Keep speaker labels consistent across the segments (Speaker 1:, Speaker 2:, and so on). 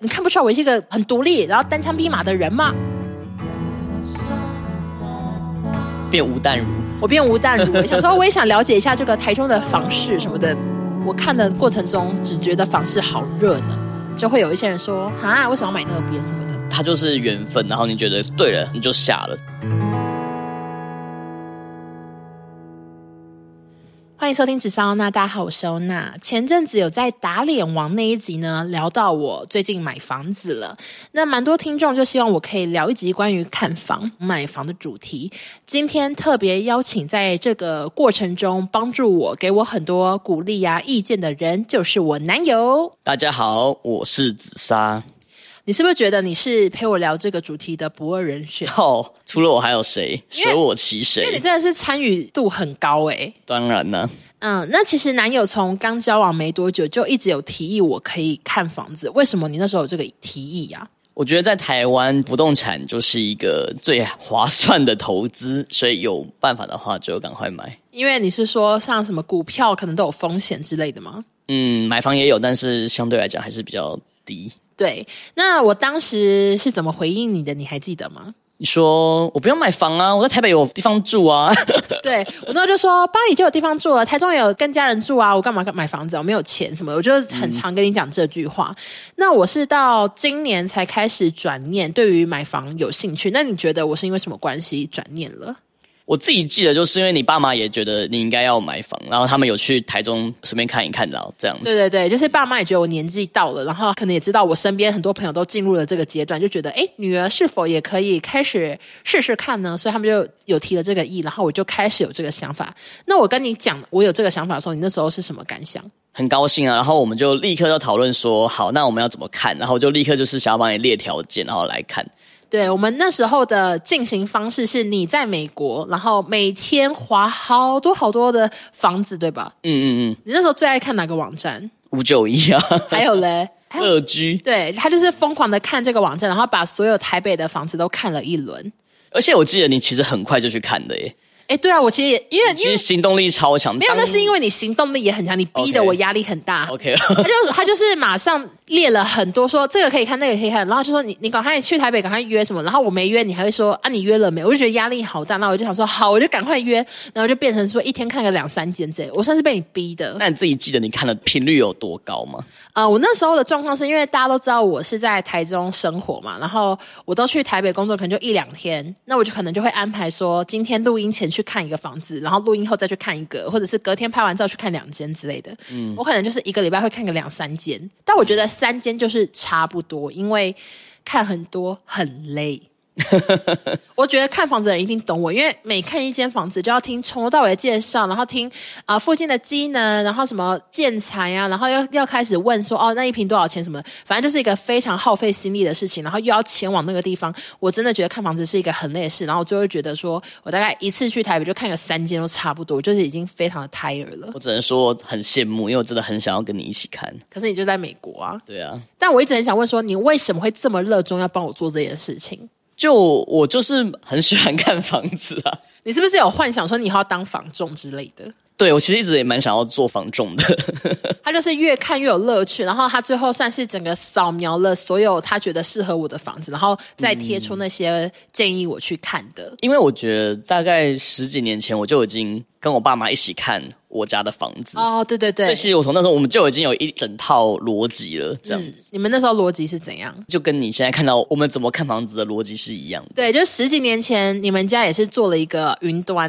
Speaker 1: 你看不出来我是一个很独立，然后单枪匹马的人吗？
Speaker 2: 变吴淡如，
Speaker 1: 我变吴淡如，想说我也想了解一下这个台中的房市什么的。我看的过程中只觉得房市好热闹，就会有一些人说啊，为什么要买那边什么的。
Speaker 2: 它就是缘分，然后你觉得对了，你就下了。
Speaker 1: 欢迎收听《紫砂欧娜》，大家好，我是欧娜。前阵子有在打脸王那一集呢，聊到我最近买房子了，那蛮多听众就希望我可以聊一集关于看房、买房的主题。今天特别邀请在这个过程中帮助我、给我很多鼓励啊、意见的人，就是我男友。
Speaker 2: 大家好，我是紫砂。
Speaker 1: 你是不是觉得你是陪我聊这个主题的不二人选？
Speaker 2: 哦，除了我还有谁？
Speaker 1: 因为
Speaker 2: 舍我其
Speaker 1: 因为你
Speaker 2: 谁？
Speaker 1: 真的是参与度很高欸诶、
Speaker 2: 当然呢、
Speaker 1: 嗯，那其实男友从刚交往没多久就一直有提议我可以看房子，为什么你那时候有这个提议啊呀、
Speaker 2: 我觉得在台湾不动产就是一个最划算的投资，所以有办法的话就赶快买。
Speaker 1: 因为你是说像什么股票可能都有风险之类的吗？
Speaker 2: 嗯，买房也有，但是相对来讲还是比较低。
Speaker 1: 对，那我当时是怎么回应你的？你还记得吗？
Speaker 2: 你说我不用买房啊，我在台北有地方住啊。
Speaker 1: 对我那时候就说巴黎就有地方住了，台中也有跟家人住啊，我干嘛买房子啊？我没有钱什么的，我就很常跟你讲这句话。那我是到今年才开始转念，对于买房有兴趣。那你觉得我是因为什么关系转念了？
Speaker 2: 我自己记得，就是因为你爸妈也觉得你应该要买房，然后他们有去台中随便看一看，然后这样子。
Speaker 1: 对对对，就是爸妈也觉得我年纪到了，然后可能也知道我身边很多朋友都进入了这个阶段，就觉得诶，女儿是否也可以开始试试看呢？所以他们就有提了这个意，然后我就开始有这个想法。那我跟你讲，我有这个想法的时候，你那时候是什么感想？
Speaker 2: 很高兴啊，然后我们就立刻要讨论说，好，那我们要怎么看？然后就立刻就是想要帮你列条件，然后来看。
Speaker 1: 对我们那时候的进行方式是，你在美国，然后每天划好多好多的房子，对吧？
Speaker 2: 嗯嗯嗯，
Speaker 1: 你那时候最爱看哪个网站？
Speaker 2: 五九一啊，
Speaker 1: 还有嘞，还有
Speaker 2: 乐居。
Speaker 1: 对他就是疯狂的看这个网站，然后把所有台北的房子都看了一轮。
Speaker 2: 而且我记得你其实很快就去看的耶，
Speaker 1: 哎，对啊，我其实也因为
Speaker 2: 其
Speaker 1: 因
Speaker 2: 实
Speaker 1: 为
Speaker 2: 行动力超强。
Speaker 1: 没有，
Speaker 2: 当
Speaker 1: 那是因为你行动力也很强，你逼得
Speaker 2: OK
Speaker 1: 我压力很大。
Speaker 2: OK，
Speaker 1: 他就他就是马上列了很多说这个可以看，那个可以看，然后就说你你赶快去台北，赶快约什么，然后我没约，你还会说啊你约了没？我就觉得压力好大，那我就想说好，我就赶快约，然后就变成说一天看个两三间这，我算是被你逼的。
Speaker 2: 那你自己记得你看的频率有多高吗？
Speaker 1: 呃，我那时候的状况是因为大家都知道我是在台中生活嘛，然后我都去台北工作，可能就一两天，那我就可能就会安排说，今天录音前去看一个房子，然后录音后再去看一个，或者是隔天拍完照去看两间之类的。嗯，我可能就是一个礼拜会看个两三间，但我觉得三间就是差不多，因为看很多很累。我觉得看房子的人一定懂我，因为每看一间房子就要听从头到尾的介绍，然后听啊、附近的机能，然后什么建材啊，然后要要开始问说哦那一瓶多少钱什么的，反正就是一个非常耗费心力的事情，然后又要前往那个地方，我真的觉得看房子是一个很累的事，然后我就会觉得说我大概一次去台北就看个三间都差不多，我就是已经非常的 tired 了。
Speaker 2: 我只能说我很羡慕，因为我真的很想要跟你一起看。
Speaker 1: 可是你就在美国啊，
Speaker 2: 对啊，
Speaker 1: 但我一直很想问说你为什么会这么热衷要帮我做这件事情？
Speaker 2: 就我就是很喜欢看房子啊。
Speaker 1: 你是不是有幻想说你以后要当房仲之类的？
Speaker 2: 对，我其实一直也蛮想要做房仲的。
Speaker 1: 他就是越看越有乐趣，然后他最后算是整个扫描了所有他觉得适合我的房子，然后再贴出那些建议我去看的。
Speaker 2: 因为我觉得大概十几年前我就已经跟我爸妈一起看我家的房子，
Speaker 1: 哦，对对
Speaker 2: 所
Speaker 1: 对
Speaker 2: 以，其实我从那时候我们就已经有一整套逻辑了，这样、
Speaker 1: 嗯，你们那时候逻辑是怎样？
Speaker 2: 就跟你现在看到我们怎么看房子的逻辑是一样的。
Speaker 1: 对，就十几年前，你们家也是做了一个云端，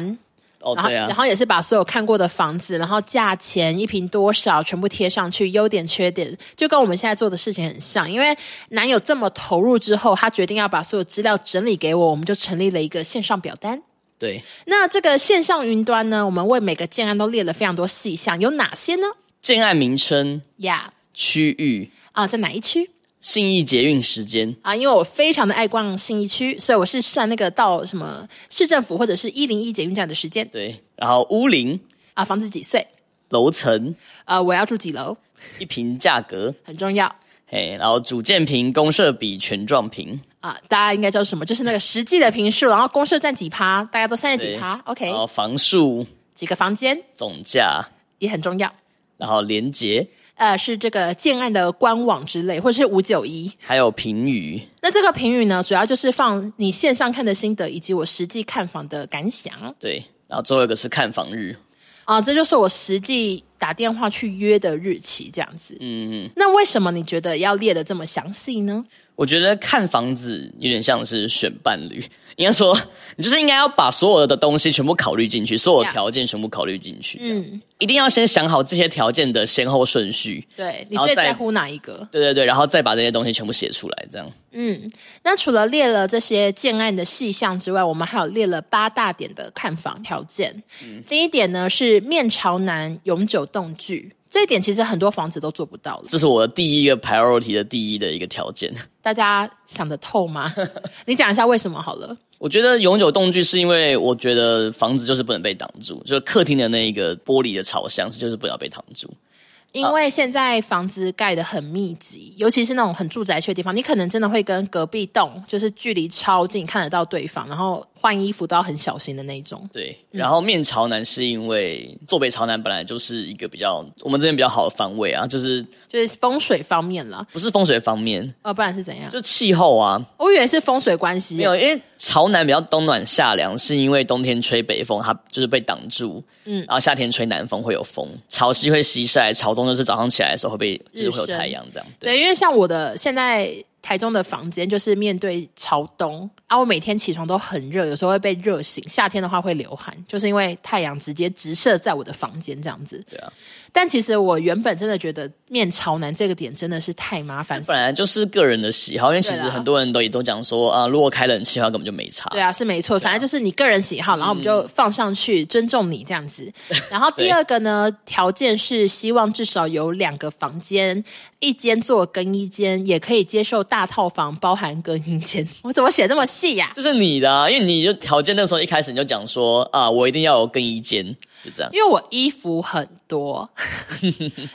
Speaker 2: 哦，
Speaker 1: 然后、
Speaker 2: 对
Speaker 1: 然
Speaker 2: 啊，
Speaker 1: 后也是把所有看过的房子，然后价钱、一平多少全部贴上去，优点、缺点，就跟我们现在做的事情很像。因为男友这么投入之后，他决定要把所有资料整理给我，我们就成立了一个线上表单。
Speaker 2: 对，
Speaker 1: 那这个线上云端呢，我们为每个建案都列了非常多细项，有哪些呢？
Speaker 2: 建案名称、
Speaker 1: 呀、
Speaker 2: 区域、
Speaker 1: 啊，在哪一区
Speaker 2: 信义捷运时间，
Speaker 1: 啊？因为我非常的爱逛信义区，所以我是算那个到什么市政府或者是一零一捷运站的时间
Speaker 2: 对，然后屋龄、
Speaker 1: 啊，房子几岁？
Speaker 2: 楼层、
Speaker 1: 呃，我要住几楼？
Speaker 2: 一平价格，
Speaker 1: 很重要
Speaker 2: 嘿，然后主建平、公设比、权状平。
Speaker 1: 啊！大家应该知道什么，就是那个实际的平数，然后公社占几趴，大家都三十几
Speaker 2: 对
Speaker 1: 趴，OK，
Speaker 2: 然后房数、
Speaker 1: 几个房间
Speaker 2: 总价，
Speaker 1: 也很重要。
Speaker 2: 然后连结，
Speaker 1: 呃，是这个建案的官网之类，或者是五九一。
Speaker 2: 还有评语，
Speaker 1: 那这个评语呢，主要就是放你线上看的心得，以及我实际看房的感想
Speaker 2: 对，然后最后一个是看房日，
Speaker 1: 啊、这就是我实际打电话去约的日期，这样子。
Speaker 2: 嗯，嗯
Speaker 1: 那为什么你觉得要列的这么详细呢？
Speaker 2: 我觉得看房子有点像是选伴侣，应该说你就是应该要把所有的东西全部考虑进去，所有
Speaker 1: Yeah
Speaker 2: 条件全部考虑进去，嗯，
Speaker 1: 嗯，
Speaker 2: 一定要先想好这些条件的先后顺序，
Speaker 1: 对你
Speaker 2: 然后
Speaker 1: 最
Speaker 2: 再
Speaker 1: 在乎哪一个？
Speaker 2: 对对对，然后再把这些东西全部写出来，这样，
Speaker 1: 嗯，那除了列了这些建案的细项之外，我们还有列了八大点的看房条件。
Speaker 2: 嗯
Speaker 1: 第一点呢是面朝南，永久动距，这一点其实很多房子都做不到了。
Speaker 2: 这是我的第一个 priority 的第一的一个条件。
Speaker 1: 大家想得透 吗？你讲一下为什么好了。
Speaker 2: 我觉得永久动距是因为我觉得房子就是不能被挡住，就是客厅的那一个玻璃的朝向是就是不要被挡住。呃
Speaker 1: 因为现在房子盖得很密集，尤其是那种很住宅区的地方，你可能真的会跟隔壁栋就是距离超近，看得到对方，然后换衣服都要很小心的那一种。
Speaker 2: 对，然后面朝南是因为坐北朝南本来就是一个比较我们这边比较好的方位啊，就是
Speaker 1: 就是风水方面了，
Speaker 2: 不是风水方面，
Speaker 1: 呃，不然是怎样？
Speaker 2: 就气候啊，
Speaker 1: 我以为是风水关系
Speaker 2: 没，有，因为朝南比较冬暖夏凉，是因为冬天吹北风，它就是被挡住，嗯，然后夏天吹南风会有风，潮汐会西晒，朝东就是早上起来的时候会被就是会有
Speaker 1: 日升
Speaker 2: 太阳这样，对。
Speaker 1: 对，因为像我的现在台中的房间就是面对朝东啊，我每天起床都很热，有时候会被热醒。夏天的话会流汗，就是因为太阳直接直射在我的房间这样子。
Speaker 2: 对啊，
Speaker 1: 但其实我原本真的觉得面朝南这个点真的是太麻烦死
Speaker 2: 本来就是个人的喜好，因为其实
Speaker 1: 对啦
Speaker 2: 很多人都也都讲说啊、如果开冷气的话根本就没差。
Speaker 1: 对啊，是没错，反正就是你个人喜好，然后我们就放上去，尊重你这样子。然 后第二个呢，条件是希望至少有两个房间，一间做更衣间，也可以接受大套房，包含更衣间。 我怎么写这么细呀、
Speaker 2: 这是你的、啊，因为你就条件那时候一开始你就讲说啊，我一定要有更衣间，就这样。
Speaker 1: 因为我衣服很 多，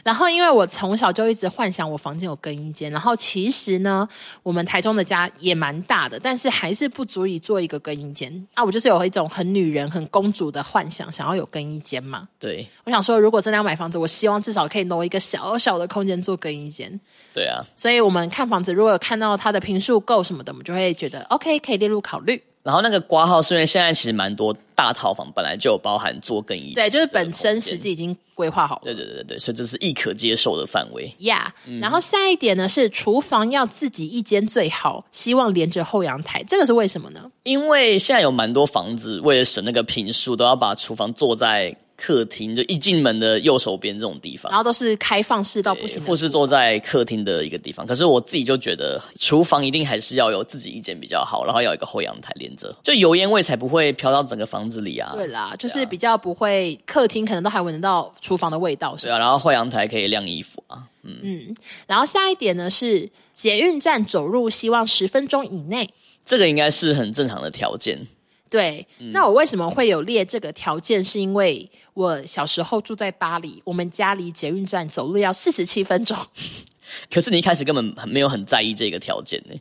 Speaker 1: 然后因为我从小就一直幻想我房间有更衣间，然后其实呢，我们台中的家也蛮大的，但是还是不足以做一个更衣间啊。我就是有一种很女人、很公主的幻想，想要有更衣间嘛。
Speaker 2: 对
Speaker 1: 我想说，如果真的要买房子，我希望至少可以挪一个小小的空间做更衣间。
Speaker 2: 对啊，
Speaker 1: 所以我们看房子，如果有看到它的平数够什么的，我们就会觉得 OK，可以列入考虑。
Speaker 2: 然后那个挂号是因为现在其实蛮多大套房本来就有包含做更衣间，
Speaker 1: 对，就是本
Speaker 2: 空
Speaker 1: 身
Speaker 2: 间
Speaker 1: 实际已经规划好了。
Speaker 2: 对嗯对对对对，所以这是易可接受的范围。
Speaker 1: 呀、然后下一点呢是厨房要自己一间最好，希望连着后阳台，这个是为什么呢？
Speaker 2: 因为现在有蛮多房子为了省那个平数，都要把厨房坐在客厅，就一进门的右手边这种地方
Speaker 1: 然。后都是开放式到不行的，
Speaker 2: 或是坐在客厅的一个地方。可是我自己就觉得，厨房一定还是要有自己一间比较好，然后要有一个后阳台连着，就油烟味才不会飘到整个房子里啊。
Speaker 1: 对啦，就是比较不会，客厅可能都还闻得到厨房的味道是吧
Speaker 2: 对啊，然后后阳台可以晾衣服啊。
Speaker 1: 嗯，然后下一点呢是捷运站走路希望十分钟以内。
Speaker 2: 这个应该是很正常的条件，
Speaker 1: 对，
Speaker 2: 嗯
Speaker 1: 那我为什么会有列这个条件？是因为我小时候住在巴黎，我们家离捷运站走路要四十七分钟。
Speaker 2: 可是你一开始根本没有很在意这个条件呢、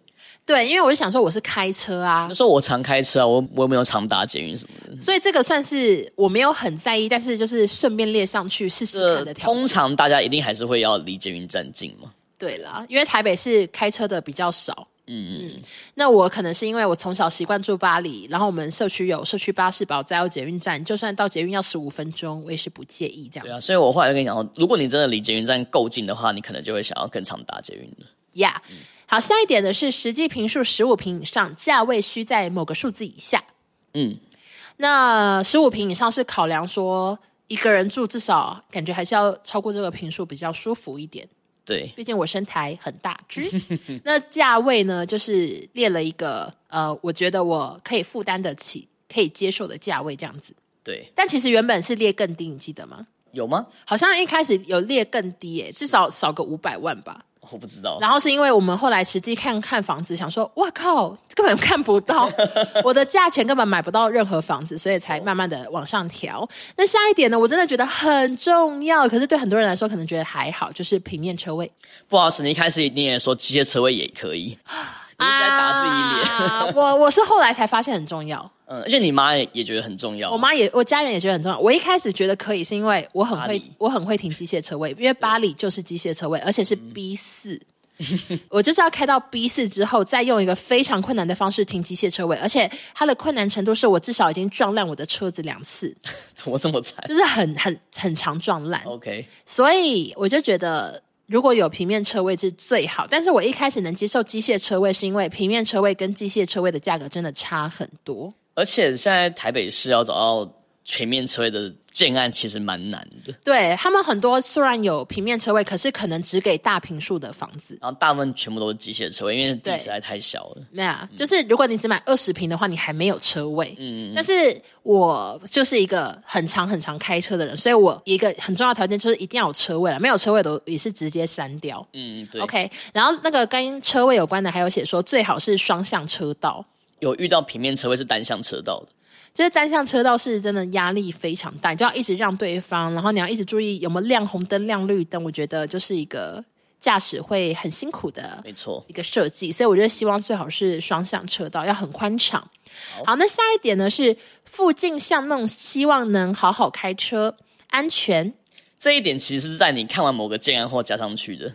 Speaker 1: 对，因为我就想说我是开车啊
Speaker 2: 那，时候我常开车啊，我我又没有常搭捷运什么的。
Speaker 1: 所以这个算是我没有很在意，但是就是顺便列上去试试看
Speaker 2: 这
Speaker 1: 的条
Speaker 2: 呃通
Speaker 1: 件。
Speaker 2: 常大家一定还是会要离捷运站近嘛。
Speaker 1: 对啦，因为台北市开车的比较少。
Speaker 2: 嗯
Speaker 1: 嗯，那我可能是因为我从小习惯住巴黎，然后我们社区有社区巴士把我载到捷运站，就算到捷运要十五分钟，我也是不介意这
Speaker 2: 对
Speaker 1: 样。
Speaker 2: 啊，所以我后来就跟你讲说，如果你真的离捷运站够近的话，你可能就会想要更常搭捷运了。
Speaker 1: 呀、yeah. 好，下一点呢是实际平数十五平以上，价位需在某个数字以下。
Speaker 2: 嗯，
Speaker 1: 那十五平以上是考量说一个人住至少感觉还是要超过这个平数比较舒服一点。
Speaker 2: 对。
Speaker 1: 毕竟我身材很大只。那价位呢，就是列了一个呃，我觉得我可以负担得起、可以接受的价位这样子。
Speaker 2: 对，
Speaker 1: 但其实原本是列更低，你记得吗？
Speaker 2: 有吗？
Speaker 1: 好像一开始有列更低、耶，至少少个五百万吧。
Speaker 2: 我不知道。
Speaker 1: 然后是因为我们后来实际看看房子，想说，哇靠，根本看不 到，我的价钱根本买不到任何房子，所以才慢慢的往上调。那下一点呢，我真的觉得很重要，可是对很多人来说可能觉得还好，就是平面车位。
Speaker 2: 不好意思，你一开始你也说机械车位也可以，我一直在打自己脸。
Speaker 1: 啊、我我是后来才发现很重要，
Speaker 2: 嗯，而且你妈也也觉得很重要。啊
Speaker 1: 我妈也我家人也觉得很重要。我一开始觉得可以，是因为我很
Speaker 2: 巴
Speaker 1: 会
Speaker 2: 黎
Speaker 1: 我很会停机械车位，因为巴黎就是机械车位，而且
Speaker 2: 嗯
Speaker 1: 是 B 四、我就是要开到 B 四之后，再用一个非常困难的方式停机械车位，而且它的困难程度是我至少已经撞烂我的车子两次，
Speaker 2: 怎么这么惨
Speaker 1: 就是很很很常撞烂。
Speaker 2: ？OK，
Speaker 1: 所以我就觉得。如果有平面车位是最好，但是我一开始能接受机械车位，是因为平面车位跟机械车位的价格真的差很多。
Speaker 2: 而且现在台北市要找到全面车位的建案其实蛮难的，
Speaker 1: 对他们很多虽然有平面车位，可是可能只给大平数的房子。
Speaker 2: 然后大部分全部都是机械车位，因为地
Speaker 1: 对
Speaker 2: 实在太小了。
Speaker 1: 那、啊就是如果你只买二十平的话，你还没有车位。
Speaker 2: 嗯，
Speaker 1: 但是我就是一个很长很长开车的人，所以我一个很重要的条件就是一定要有车位了，没有车位的我也是直接删掉。
Speaker 2: 嗯，对。
Speaker 1: OK，然后那个跟车位有关的还有写说最好是双向车道，
Speaker 2: 有遇到平面车位是单向车道的，
Speaker 1: 就是单向车道是真的压力非常大，你就要一直让对方，然后你要一直注意有没有亮红灯、亮绿灯。我觉得就是一个驾驶会很辛苦的
Speaker 2: 没错。
Speaker 1: 一个设计，所以我觉得希望最好是双向车道，要很宽敞。好，那下一点呢是附近巷弄，希望能好好开车，安全。
Speaker 2: 这一点其实是在你看完某个建案后加上去的。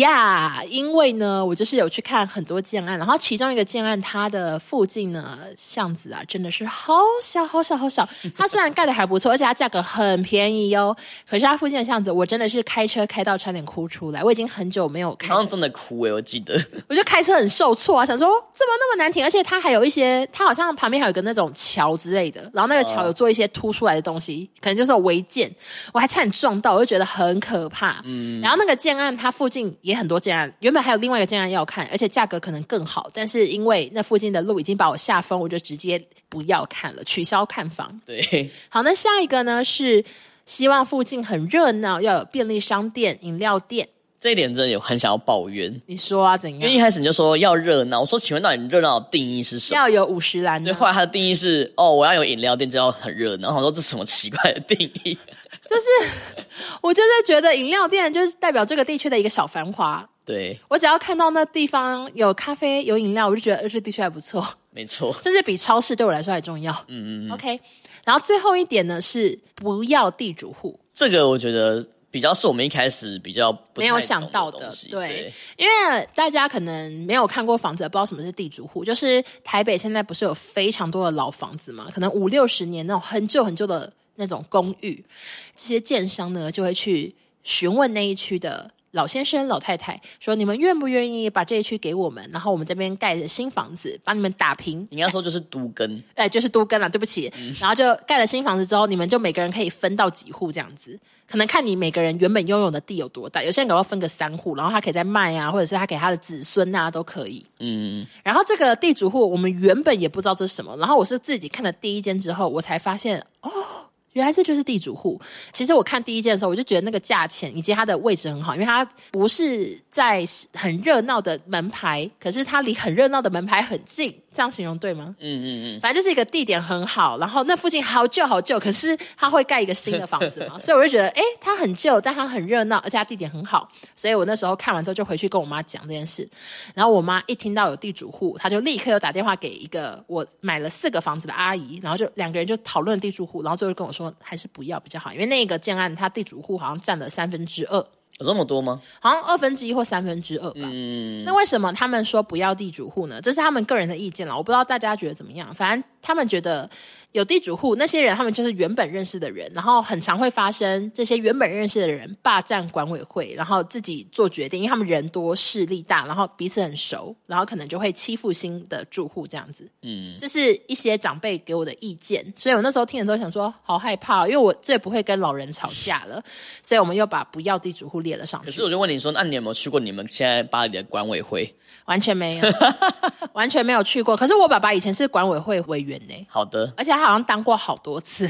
Speaker 1: 呀因为呢，我就是有去看很多建案，然后其中一个建案，它的附近呢巷子啊，真的是好小好小好小。它虽然盖的还不错，而且它价格很便宜哦，可是它附近的巷子，我真的是开车开到差点哭出来。我已经很久没有开
Speaker 2: 好
Speaker 1: 车
Speaker 2: 像真的哭诶、我记得
Speaker 1: 我就开车很受挫啊，想说怎么那么难停，而且它还有一些，它好像旁边还有一个那种桥之类的，然后那个桥有做一些凸出来的东西，可能就是违建，我还差点撞到，我就觉得很可怕。嗯，然后那个建案它附近也很多建案，原本还有另外一个建案要看，而且价格可能更好，但是因为那附近的路已经把我吓疯，我就直接不要看了，取消看房。
Speaker 2: 对，
Speaker 1: 好，那下一个呢是希望附近很热闹，要有便利商店、饮料店。
Speaker 2: 这一点真的有很想要抱怨，
Speaker 1: 你说啊，怎
Speaker 2: 因为一
Speaker 1: 样？
Speaker 2: 开始你就说要热闹，我说请问到底热闹的定义是什么？
Speaker 1: 要有五十栏、啊，
Speaker 2: 对，后来他的定义是哦，我要有饮料店就要很热闹，然后我说这是什么奇怪的定义？
Speaker 1: 我就是觉得饮料店就是代表这个地区的一个小繁华。
Speaker 2: 对，
Speaker 1: 我只要看到那地方有咖啡、有饮料，我就觉得呃这地区还不错，
Speaker 2: 没错，
Speaker 1: 甚至比超市对我来说还重要。嗯嗯 OK，然后最后一点呢是不要地主户，
Speaker 2: 这个我觉得比较是我们一开始比较不太
Speaker 1: 没有想到
Speaker 2: 懂
Speaker 1: 的
Speaker 2: 的东西
Speaker 1: 对
Speaker 2: 对，
Speaker 1: 因为大家可能没有看过房子，不知道什么是地主户。就是台北现在不是有非常多的老房子嘛，可能五六十年那种很旧很旧的那种公寓，这些建商呢就会去询问那一区的老先生、老太太，说你们愿不愿意把这一区给我们，然后我们这边盖的新房子，把你们打平，
Speaker 2: 应该说就是都跟
Speaker 1: 哎，就是都跟了，对不起。然后就盖了新房子之后，你们就每个人可以分到几户这样子，可能看你每个人原本拥有的地有多大，有些人搞到分个三户，然后他可以再卖啊，或者是他给他的子孙啊都可以。
Speaker 2: 嗯，
Speaker 1: 然后这个地主户我们原本也不知道这是什么，然后我是自己看了第一间之后，我才发现哦。原来这就是地主户。其实我看第一间的时候，我就觉得那个价钱以及它的位置很好，因为它不是在很热闹的门牌，可是它离很热闹的门牌很近，这样形容对吗？
Speaker 2: 嗯嗯嗯，
Speaker 1: 反正就是一个地点很好，然后那附近好旧好旧，可是它会盖一个新的房子嘛，所以我就觉得，诶，它很旧，但它很热闹，而且它地点很好，所以我那时候看完之后就回去跟我妈讲这件事，然后我妈一听到有地主户，她就立刻又打电话给一个我买了四个房子的阿姨，然后就两个人就讨论地主户，然后最后就跟我说还是不要比较好，因为那个建案它地主户好像占了三分之二，
Speaker 2: 有这么多吗？
Speaker 1: 好像二分之一或三分之二吧，
Speaker 2: 嗯，
Speaker 1: 那为什么他们说不要地主户呢？这是他们个人的意见了，我不知道大家觉得怎么样。反正他们觉得有地主户那些人，他们就是原本认识的人，然后很常会发生这些原本认识的人霸占管委会，然后自己做决定，因为他们人多势力大，然后彼此很熟，然后可能就会欺负新的住户这样子。
Speaker 2: 嗯，
Speaker 1: 这是一些长辈给我的意见，所以我那时候听了之后想说，好害怕哦、因为我最不会跟老人吵架了，所以我们又把不要地主户列了上去。
Speaker 2: 可是我就问你说，那你有没有去过你们现在巴黎的管委会？
Speaker 1: 完全没有， 完全没有去过。可是我爸爸以前是管委会委员呢、
Speaker 2: 好的，
Speaker 1: 而且他好像当过好多 次。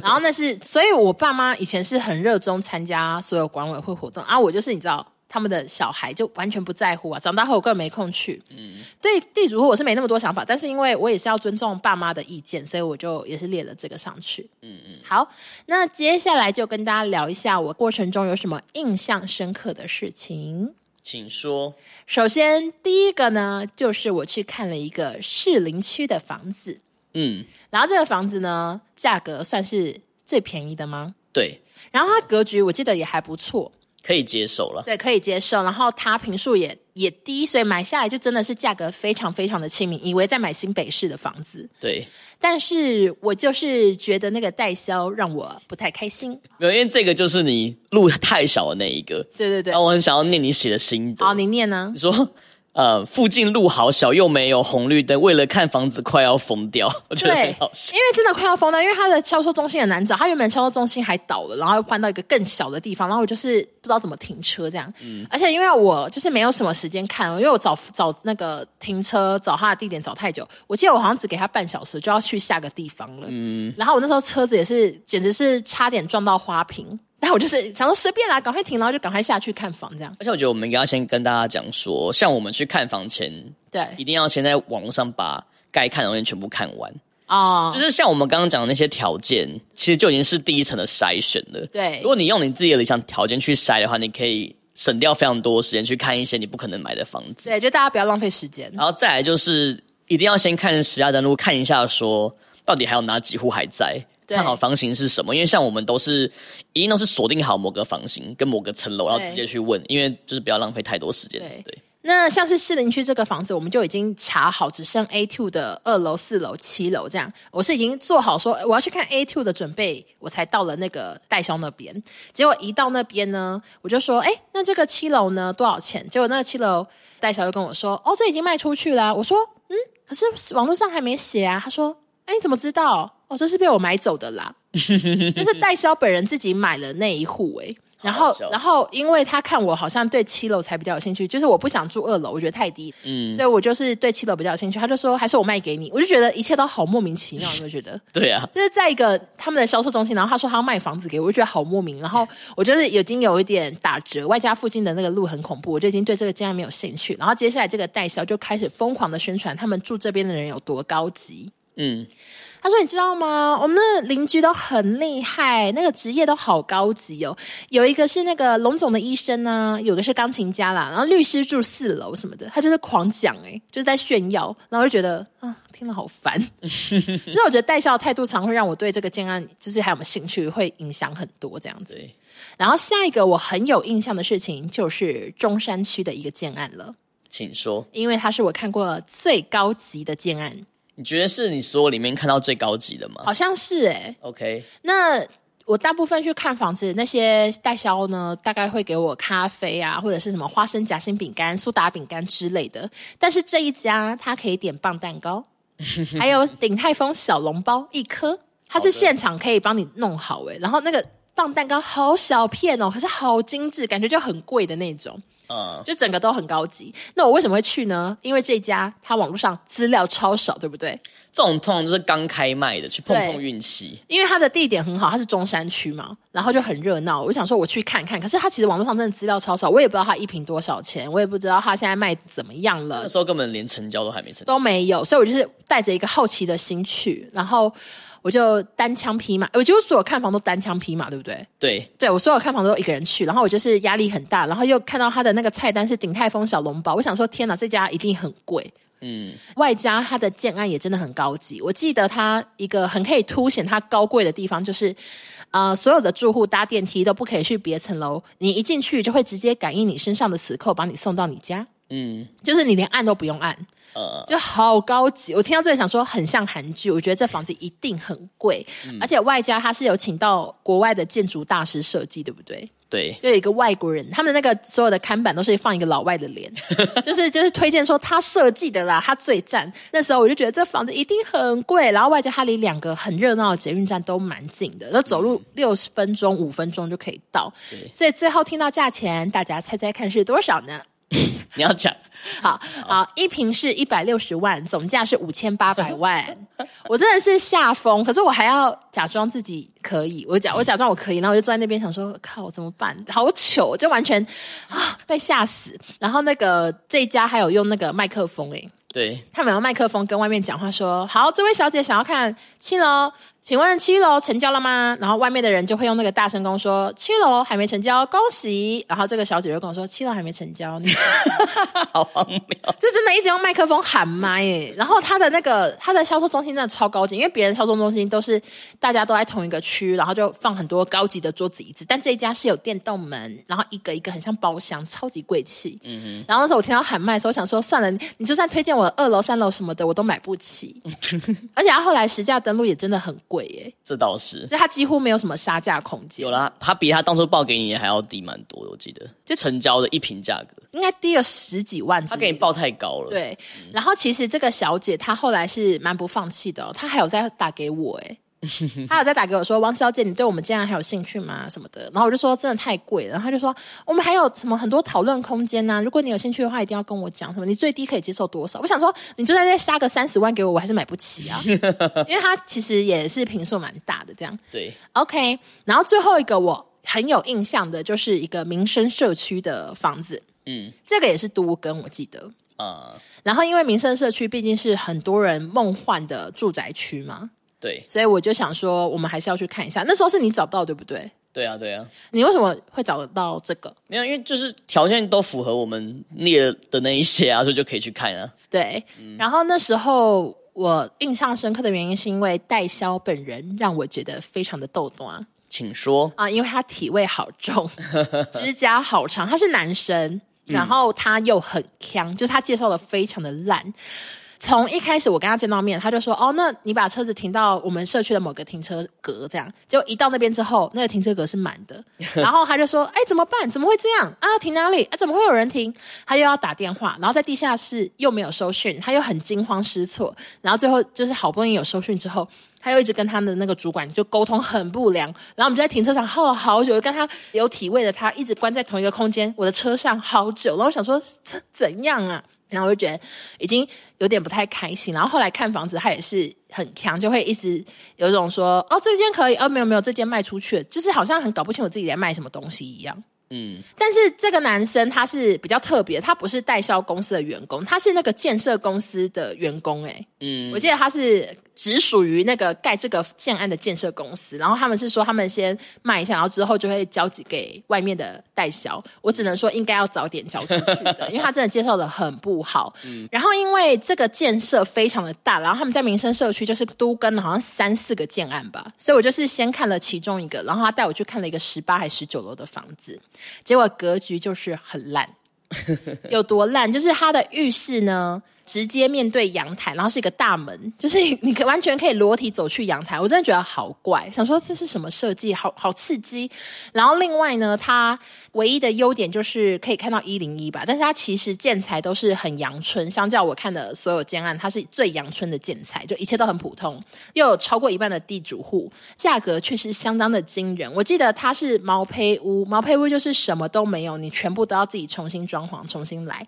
Speaker 1: 然后那是，所以我爸妈以前是很热衷参加所有管委会活动啊。我就是你知道，他们的小孩就完全不在乎啊。长大后我根本没空去。嗯，对地主户我是没那么多想法，但是因为我也是要尊重爸妈的意见，所以我就也是列了这个上去。嗯嗯。好，那接下来就跟大家聊一下我过程中有什么印象深刻的事情。
Speaker 2: 请说。
Speaker 1: 首先第一个呢，就是我去看了一个士林区的房子，
Speaker 2: 嗯，
Speaker 1: 然后这个房子呢，价格算是最便宜的吗？
Speaker 2: 对，
Speaker 1: 然后它格局我记得也还不错，
Speaker 2: 可以接受了。
Speaker 1: 对，可以接受。然后它平数也也低，所以买下来就真的是价格非常非常的亲民，以为在买新北市的房子。
Speaker 2: 对，
Speaker 1: 但是我就是觉得那个代销让我不太开心。
Speaker 2: 没有，因为这个就是你路太小的那一个。
Speaker 1: 对对对
Speaker 2: 然，后我很想要念你写的心得。
Speaker 1: 好，你念呢
Speaker 2: 你？说，呃，附近路好小，又没有红绿灯，为了看房子快要疯掉，我觉得
Speaker 1: 对，
Speaker 2: 很
Speaker 1: 因
Speaker 2: 好笑。
Speaker 1: 为真的快要疯了，因为它的销售中心很难找，它原本销售中心还倒了，然后又搬到一个更小的地方，然后我就是不知道怎么停车这样。
Speaker 2: 嗯
Speaker 1: 而且因为我就是没有什么时间看，因为我找找那个停车找它的地点找太久，我记得我好像只给它半小时就要去下个地方了。
Speaker 2: 嗯
Speaker 1: 然后我那时候车子也是简直是差点撞到花瓶，但我就是想说随便啦，赶快停，然后就赶快下去看房这样。
Speaker 2: 而且我觉得我们应该要先跟大家讲说，像我们去看房前，
Speaker 1: 对，
Speaker 2: 一定要先在网络上把该看的东西全部看完。
Speaker 1: 哦
Speaker 2: 就，是像我们刚刚讲的那些条件，其实就已经是第一层的筛选了。
Speaker 1: 对
Speaker 2: 如果你用你自己的理想条件去筛的话，你可以省掉非常多时间去看一些你不可能买的房子。
Speaker 1: 对，就大家不要浪费时间。
Speaker 2: 然后再来就是一定要先看十大登录，看一下说到底还有哪几户还在，
Speaker 1: 对
Speaker 2: 看好房型是什么。因为像我们都是一定都是锁定好某个房型跟某个层楼，然后
Speaker 1: 对
Speaker 2: 直接去问，因为就是不要浪费太多时间。
Speaker 1: 对
Speaker 2: 对
Speaker 1: 那像是士林区这个房子，我们就已经查好，只剩 A two 的二楼、四楼、七楼这样。我是已经做好说呃我要去看 A two 的准备，我才到了那个代销那边。结果一到那边呢，我就说：“哎，那这个七楼呢多少钱？”结果那个七楼代销就跟我说：“哦，这已经卖出去啦。”我说：“嗯，可是网络上还没写啊。”他说：“哎，你怎么知道？哦，这是被我买走的啦。” 就是代销本人自己买了那一户哎、然
Speaker 2: 好
Speaker 1: 后
Speaker 2: 好笑
Speaker 1: 然后因为他看我好像对七楼才比较有兴趣，就是我不想住二楼，我觉得太低，
Speaker 2: 嗯
Speaker 1: 所以我就是对七楼比较有兴趣。他就说还是我卖给你，我就觉得一切都好莫名其妙，你会觉得。
Speaker 2: 对啊，
Speaker 1: 就是在一个他们的销售中心，然后他说他要卖房子给我，我就觉得好莫名。然后我就是已经有一点打折，外加附近的那个路很恐怖，我就已经对这个竟然没有兴趣。然后接下来这个代销就开始疯狂的宣传他们住这边的人有多高级。
Speaker 2: 嗯，
Speaker 1: 他说：“你知道吗？我们的邻居都很厉害，那个职业都好高级哦。有一个是那个龙总的医生呢、有个是钢琴家啦，然后律师住四楼什么的。他就是狂讲诶、就是在炫耀，然后就觉得啊，听了好烦。所以我觉得代销的态度常会让我对这个建案就是还有没有兴趣会影响很多这样子。
Speaker 2: 对，
Speaker 1: 然后下一个我很有印象的事情就是中山区的一个建案了，
Speaker 2: 请说。
Speaker 1: 因为它是我看过最高级的建案，
Speaker 2: 你觉得是你所有里面看到最高级的吗
Speaker 1: 好像是欸诶、
Speaker 2: ？OK，
Speaker 1: 那我大部分去看房子，那些代销呢，大概会给我咖啡啊，或者是什么花生夹心饼干、苏打饼干之类的。但是这一家，它可以点棒蛋糕，还有鼎泰丰小笼包一颗，它
Speaker 2: 好的
Speaker 1: 是现场可以帮你弄好诶、然后那个棒蛋糕好小片哦，可是好精致，感觉就很贵的那种。
Speaker 2: 嗯，
Speaker 1: 就整个都很高级。那我为什么会去呢？因为这家它网络上资料超少，对不对？
Speaker 2: 这种通常就是刚开卖的，去碰
Speaker 1: 对
Speaker 2: 碰运气。
Speaker 1: 因为它的地点很好，它是中山区嘛，然后就很热闹。我想说我去看看，可是它其实网络上真的资料超少，我也不知道它一瓶多少钱，我也不知道它现在卖怎么样了
Speaker 2: 那，时候根本连成交都还没成交。
Speaker 1: 都没有。所以我就是带着一个好奇的心去，然后我就单枪匹马，我几乎所有看房都单枪匹马，对不对？
Speaker 2: 对，
Speaker 1: 对我所有看房都一个人去，然后我就是压力很大，然后又看到它的那个菜单是鼎泰丰小笼包，我想说天哪，这家一定很贵。
Speaker 2: 嗯，
Speaker 1: 外加它的建案也真的很高级。我记得它一个很可以凸显它高贵的地方，就是呃，所有的住户搭电梯都不可以去别层楼，你一进去就会直接感应你身上的磁扣，把你送到你家。
Speaker 2: 嗯，
Speaker 1: 就是你连按都不用按，
Speaker 2: 呃，
Speaker 1: 就好高级。我听到这里想说，很像韩剧。我觉得这房子一定很贵，而且外加它是有请到国外的建筑大师设计，对不对？
Speaker 2: 对，
Speaker 1: 就有一个外国人，他们那个所有的看板都是放一个老外的 脸，就是就是推荐说他设计的啦，他最赞。那时候我就觉得这房子一定很贵，然后外加它离两个很热闹的捷运站都蛮近的，那走路六十分钟、五分钟就可以到
Speaker 2: 嗯对。
Speaker 1: 所以最后听到价钱，大家猜猜看是多少呢？
Speaker 2: 你要讲，
Speaker 1: 好好，一瓶是一百六十万，总价是五千八百万。我真的是吓疯，可是我还要假装自己可以，我假我假装我可以，然后我就坐在那边想说，靠，怎么办？好糗，就完全啊被吓死。然后那个这一家还有用那个麦克风、欸，
Speaker 2: 对，
Speaker 1: 他们有麦克风跟外面讲话说：“好，这位小姐想要看七楼请问七楼成交了吗？然后外面的人就会用那个大声公说七楼还没成交，恭喜。然后这个小姐就跟我说七楼还没成交，你
Speaker 2: 好荒谬。
Speaker 1: 就真的一直用麦克风喊麦耶。然后他的那个他的销售中心真的超高级，因为别人销售中心都是大家都在同一个区，然后就放很多高级的桌子椅子，但这一家是有电动门，然后一个一个很像包厢，超级贵气。嗯然后那时候我听到喊麦的时候，想说算了，你你就算推荐我二楼、三楼什么的，我都买不 起。而且他后来实价登录也真的很贵耶，
Speaker 2: 这倒是
Speaker 1: 就他几乎没有什么杀价空间
Speaker 2: 有，啦，他比他当初报给你还要低蛮多的，我记得就成交的一瓶价格，
Speaker 1: 应该低了十几万之
Speaker 2: 他
Speaker 1: 类的。
Speaker 2: 给你报太高了。，
Speaker 1: 对，然后其实这个小姐她后来是蛮不放弃的、哦，她还有在打给我、欸，她有在打给我说，王小姐，你对我们这样还有兴趣吗？什么的，然后我就说真的太贵了，然后她就说我们还有什么很多讨论空间啊呐、如果你有兴趣的话，一定要跟我讲什么，你最低可以接受多少？我想说，你就算再杀个三十万给我，我还是买不起啊，因为她其实也是平数蛮大的这样。
Speaker 2: 对，
Speaker 1: OK，然后最后一个我很有印象的就是一个民生社区的房子，
Speaker 2: 嗯
Speaker 1: 这个也是都跟我记得。
Speaker 2: 啊、
Speaker 1: 然后因为民生社区毕竟是很多人梦幻的住宅区嘛，
Speaker 2: 对
Speaker 1: 所以我就想说，我们还是要去看一下。那时候是你找到对不对？
Speaker 2: 对啊，对啊，
Speaker 1: 你为什么会找得到这个？
Speaker 2: 没有，因为就是条件都符合我们列的那一些啊，所以就可以去看啊。
Speaker 1: 对，然后那时候我印象深刻的原因是因为代销本人让我觉得非常的逗逗啊
Speaker 2: 请说，
Speaker 1: 啊，因为他体味好重， 指甲好长，他是男生，然后他又很强，就是他介绍的非常的烂。从一开始我跟他见到面，他就说：“哦，那你把车子停到我们社区的某个停车格，这样。”就一到那边之后，那个停车格是满的，然后他就说：“哎，怎么办？怎么会这样啊？停哪里？啊，怎么会有人停？”他又要打电话，然后在地下室又没有收讯，他又很惊慌失措，然后最后就是好不容易有收讯之后。他又一直跟他的那个主管就沟通很不良，然后我们就在停车场耗了好久，跟他有体味的他一直关在同一个空间，我的车上好久，然后我想说这怎样啊？然后我就觉得已经有点不太开心，然后后来看房子，他也是很强，就会一直有一种说哦这间可以，哦没有没有这间卖出去了，就是好像很搞不清我自己在卖什么东西一样。
Speaker 2: 嗯，
Speaker 1: 但是这个男生他是比较特别，他不是代销公司的员工，他是那个建设公司的员工、欸。
Speaker 2: 嗯
Speaker 1: 我记得他是只属于那个盖这个建案的建设公司，然后他们是说他们先卖一下，然后之后就会交给外面的代销。我只能说应该要早点交出去的，因为他真的介绍的很不好。然后因为这个建设非常的大，然后他们在民生社区就是都跟了好像三四个建案吧，所以我就是先看了其中一个，然后他带我去看了一个十八还十九楼的房子，结果格局就是很烂。有多烂？就是它的浴室呢，直接面对阳台，然后是一个大门， 就是你你可完全可以裸体走去阳台。我真的觉得好怪，想说这是什么设计，好好刺激。然后另外呢，它唯一的优点就是可以看到一零一吧，但是它其实建材都是很阳春，相较我看的所有建案，它是最阳春的建材，就一切都很普通。又有超过一半的地主户，价格确实相当的惊人。我记得它是毛坯屋，毛坯屋就是什么都没有，你全部都要自己重新装潢，重新来。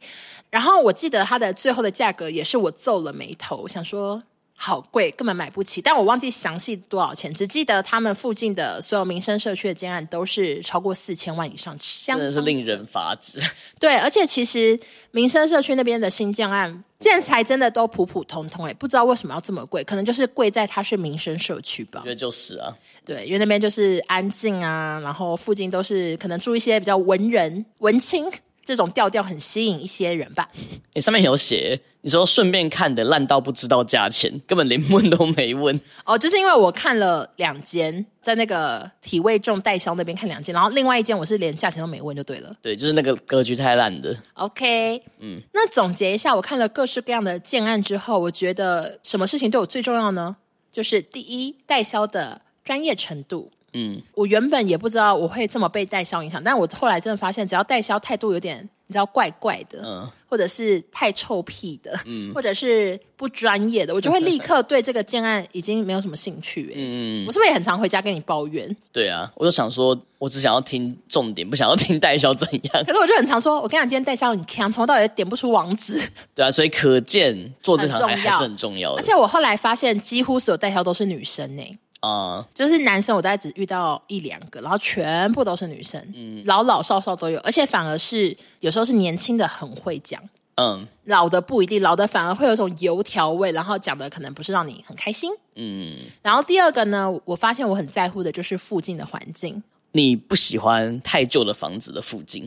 Speaker 1: 然后我记得它的最后的价格也是我皱了眉头，我想说好贵，根本买不起。但我忘记详细多少钱，只记得他们附近的所有民生社区的建案都是超过四千万以上，真
Speaker 2: 真的是令人发指。
Speaker 1: 对，而且其实民生社区那边的新建案建材真的都普普通通、欸，不知道为什么要这么贵，可能就是贵在它是民生社区吧
Speaker 2: 我觉。得就是啊，
Speaker 1: 对，因为那边就是安静啊，然后附近都是可能住一些比较文人、文青这种调调，很吸引一些人吧。
Speaker 2: 你、上面有写，你说顺便看的烂到不知道价钱，根本连问都没问。
Speaker 1: 哦，就是因为我看了两间，在那个体味重代销那边看两间，然后另外一间我是连价钱都没问就对了。
Speaker 2: 对，就是那个格局太烂的，
Speaker 1: OK，嗯，那总结一下，我看了各式各样的建案之后，我觉得什么事情对我最重要呢？就是第一，代销的专业程度。
Speaker 2: 嗯，
Speaker 1: 我原本也不知道我会这么被代销影响，但我后来真的发现，只要代销态度有点你知道怪怪的，
Speaker 2: 嗯
Speaker 1: 或者是太臭屁的， 或者是不专业的，我就会立刻对这个建案已经没有什么兴趣、欸。
Speaker 2: 嗯，
Speaker 1: 我是不是也很常回家跟你抱 怨？
Speaker 2: 对啊，我就想说，我只想要听重点，不想要听代销怎样。
Speaker 1: 可是我就很常说，我跟你讲，今天代销很强，从头到尾都点不出网址。
Speaker 2: 对啊，所以可见做这场还
Speaker 1: 很重
Speaker 2: 还
Speaker 1: 要
Speaker 2: 是很重要
Speaker 1: 而
Speaker 2: 的
Speaker 1: 且我后来发现，几乎所有代销都是女生呢、欸
Speaker 2: 啊、
Speaker 1: 就是男生我大概只遇到一两个，然后全部都是女生，老老少少都有，而且反而是有时候是年轻的很会讲，
Speaker 2: 嗯
Speaker 1: 老的不一定，老的反而会有一种油条味，然后讲的可能不是让你很开心。
Speaker 2: 嗯，
Speaker 1: 然后第二个呢，我发现我很在乎的就是附近的环境。
Speaker 2: 你不喜欢太旧的房子的附近，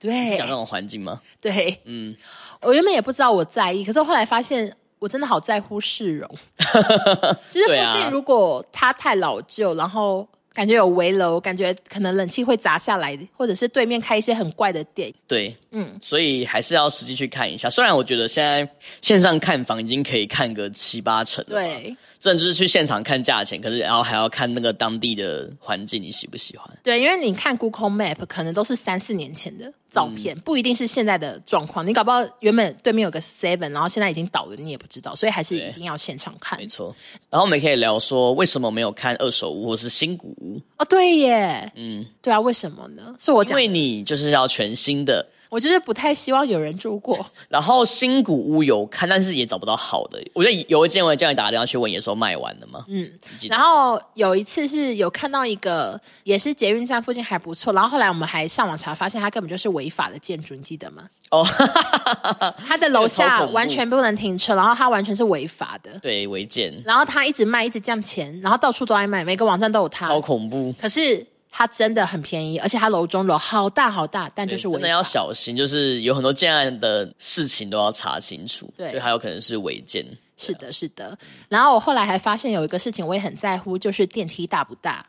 Speaker 2: 是
Speaker 1: 对
Speaker 2: 讲那种环境吗？
Speaker 1: 对，
Speaker 2: 嗯，
Speaker 1: 我原本也不知道我在意，可是我后来发现我真的好在乎市 容，就是
Speaker 2: 对
Speaker 1: 附
Speaker 2: 啊
Speaker 1: 近如果它太老旧，然后感觉有围楼，感觉可能冷气会砸下来，或者是对面开一些很怪的店，
Speaker 2: 对，
Speaker 1: 嗯，
Speaker 2: 所以还是要实际去看一下。虽然我觉得现在线上看房已经可以看个七八成了，，
Speaker 1: 对。
Speaker 2: 真的就是去现场看价钱，可是然后还要看那个当地的环境，你喜不喜欢？
Speaker 1: 对，因为你看 Google Map 可能都是三四年前的照
Speaker 2: 嗯
Speaker 1: 片，不一定是现在的状况。你搞不好原本对面有个 Seven，然后现在已经倒了，你也不知道，所以还是
Speaker 2: 对
Speaker 1: 一定要现场看
Speaker 2: 没。错。然后我们也可以聊说为什么没有看二手屋或是新古屋，
Speaker 1: 哦，对耶，
Speaker 2: 嗯，
Speaker 1: 对啊，为什么呢？是我
Speaker 2: 因
Speaker 1: 讲
Speaker 2: 为，你就是要全新的。
Speaker 1: 我就是不太希望有人住过。
Speaker 2: 然后新古屋有看，但是也找不到好的。我觉得有一间我也叫你打个电话去问，也说卖完了嘛。
Speaker 1: 嗯
Speaker 2: 你记得
Speaker 1: 然后有一次是有看到一个也是捷运站附近还不错，然后后来我们还上网查，发现它根本就是违法的建筑，你记得吗？
Speaker 2: 哦，
Speaker 1: 它的楼
Speaker 2: 那个超
Speaker 1: 下
Speaker 2: 恐怖
Speaker 1: 完全不能停车，然后它完全是违法的。
Speaker 2: 对，违建，
Speaker 1: 然后他一直卖，一直降钱，然后到处都在卖，每个网站都有他。
Speaker 2: 超恐怖。
Speaker 1: 可是它真的很便宜，而且它楼中楼好大好大，但就是
Speaker 2: 对
Speaker 1: 违
Speaker 2: 真
Speaker 1: 法
Speaker 2: 的要小心，就是有很多建案的事情都要查清楚，
Speaker 1: 对
Speaker 2: 就还有可能是违建。
Speaker 1: 是的，是的。然后我后来还发现有一个事情我也很在乎，就是电梯大不大。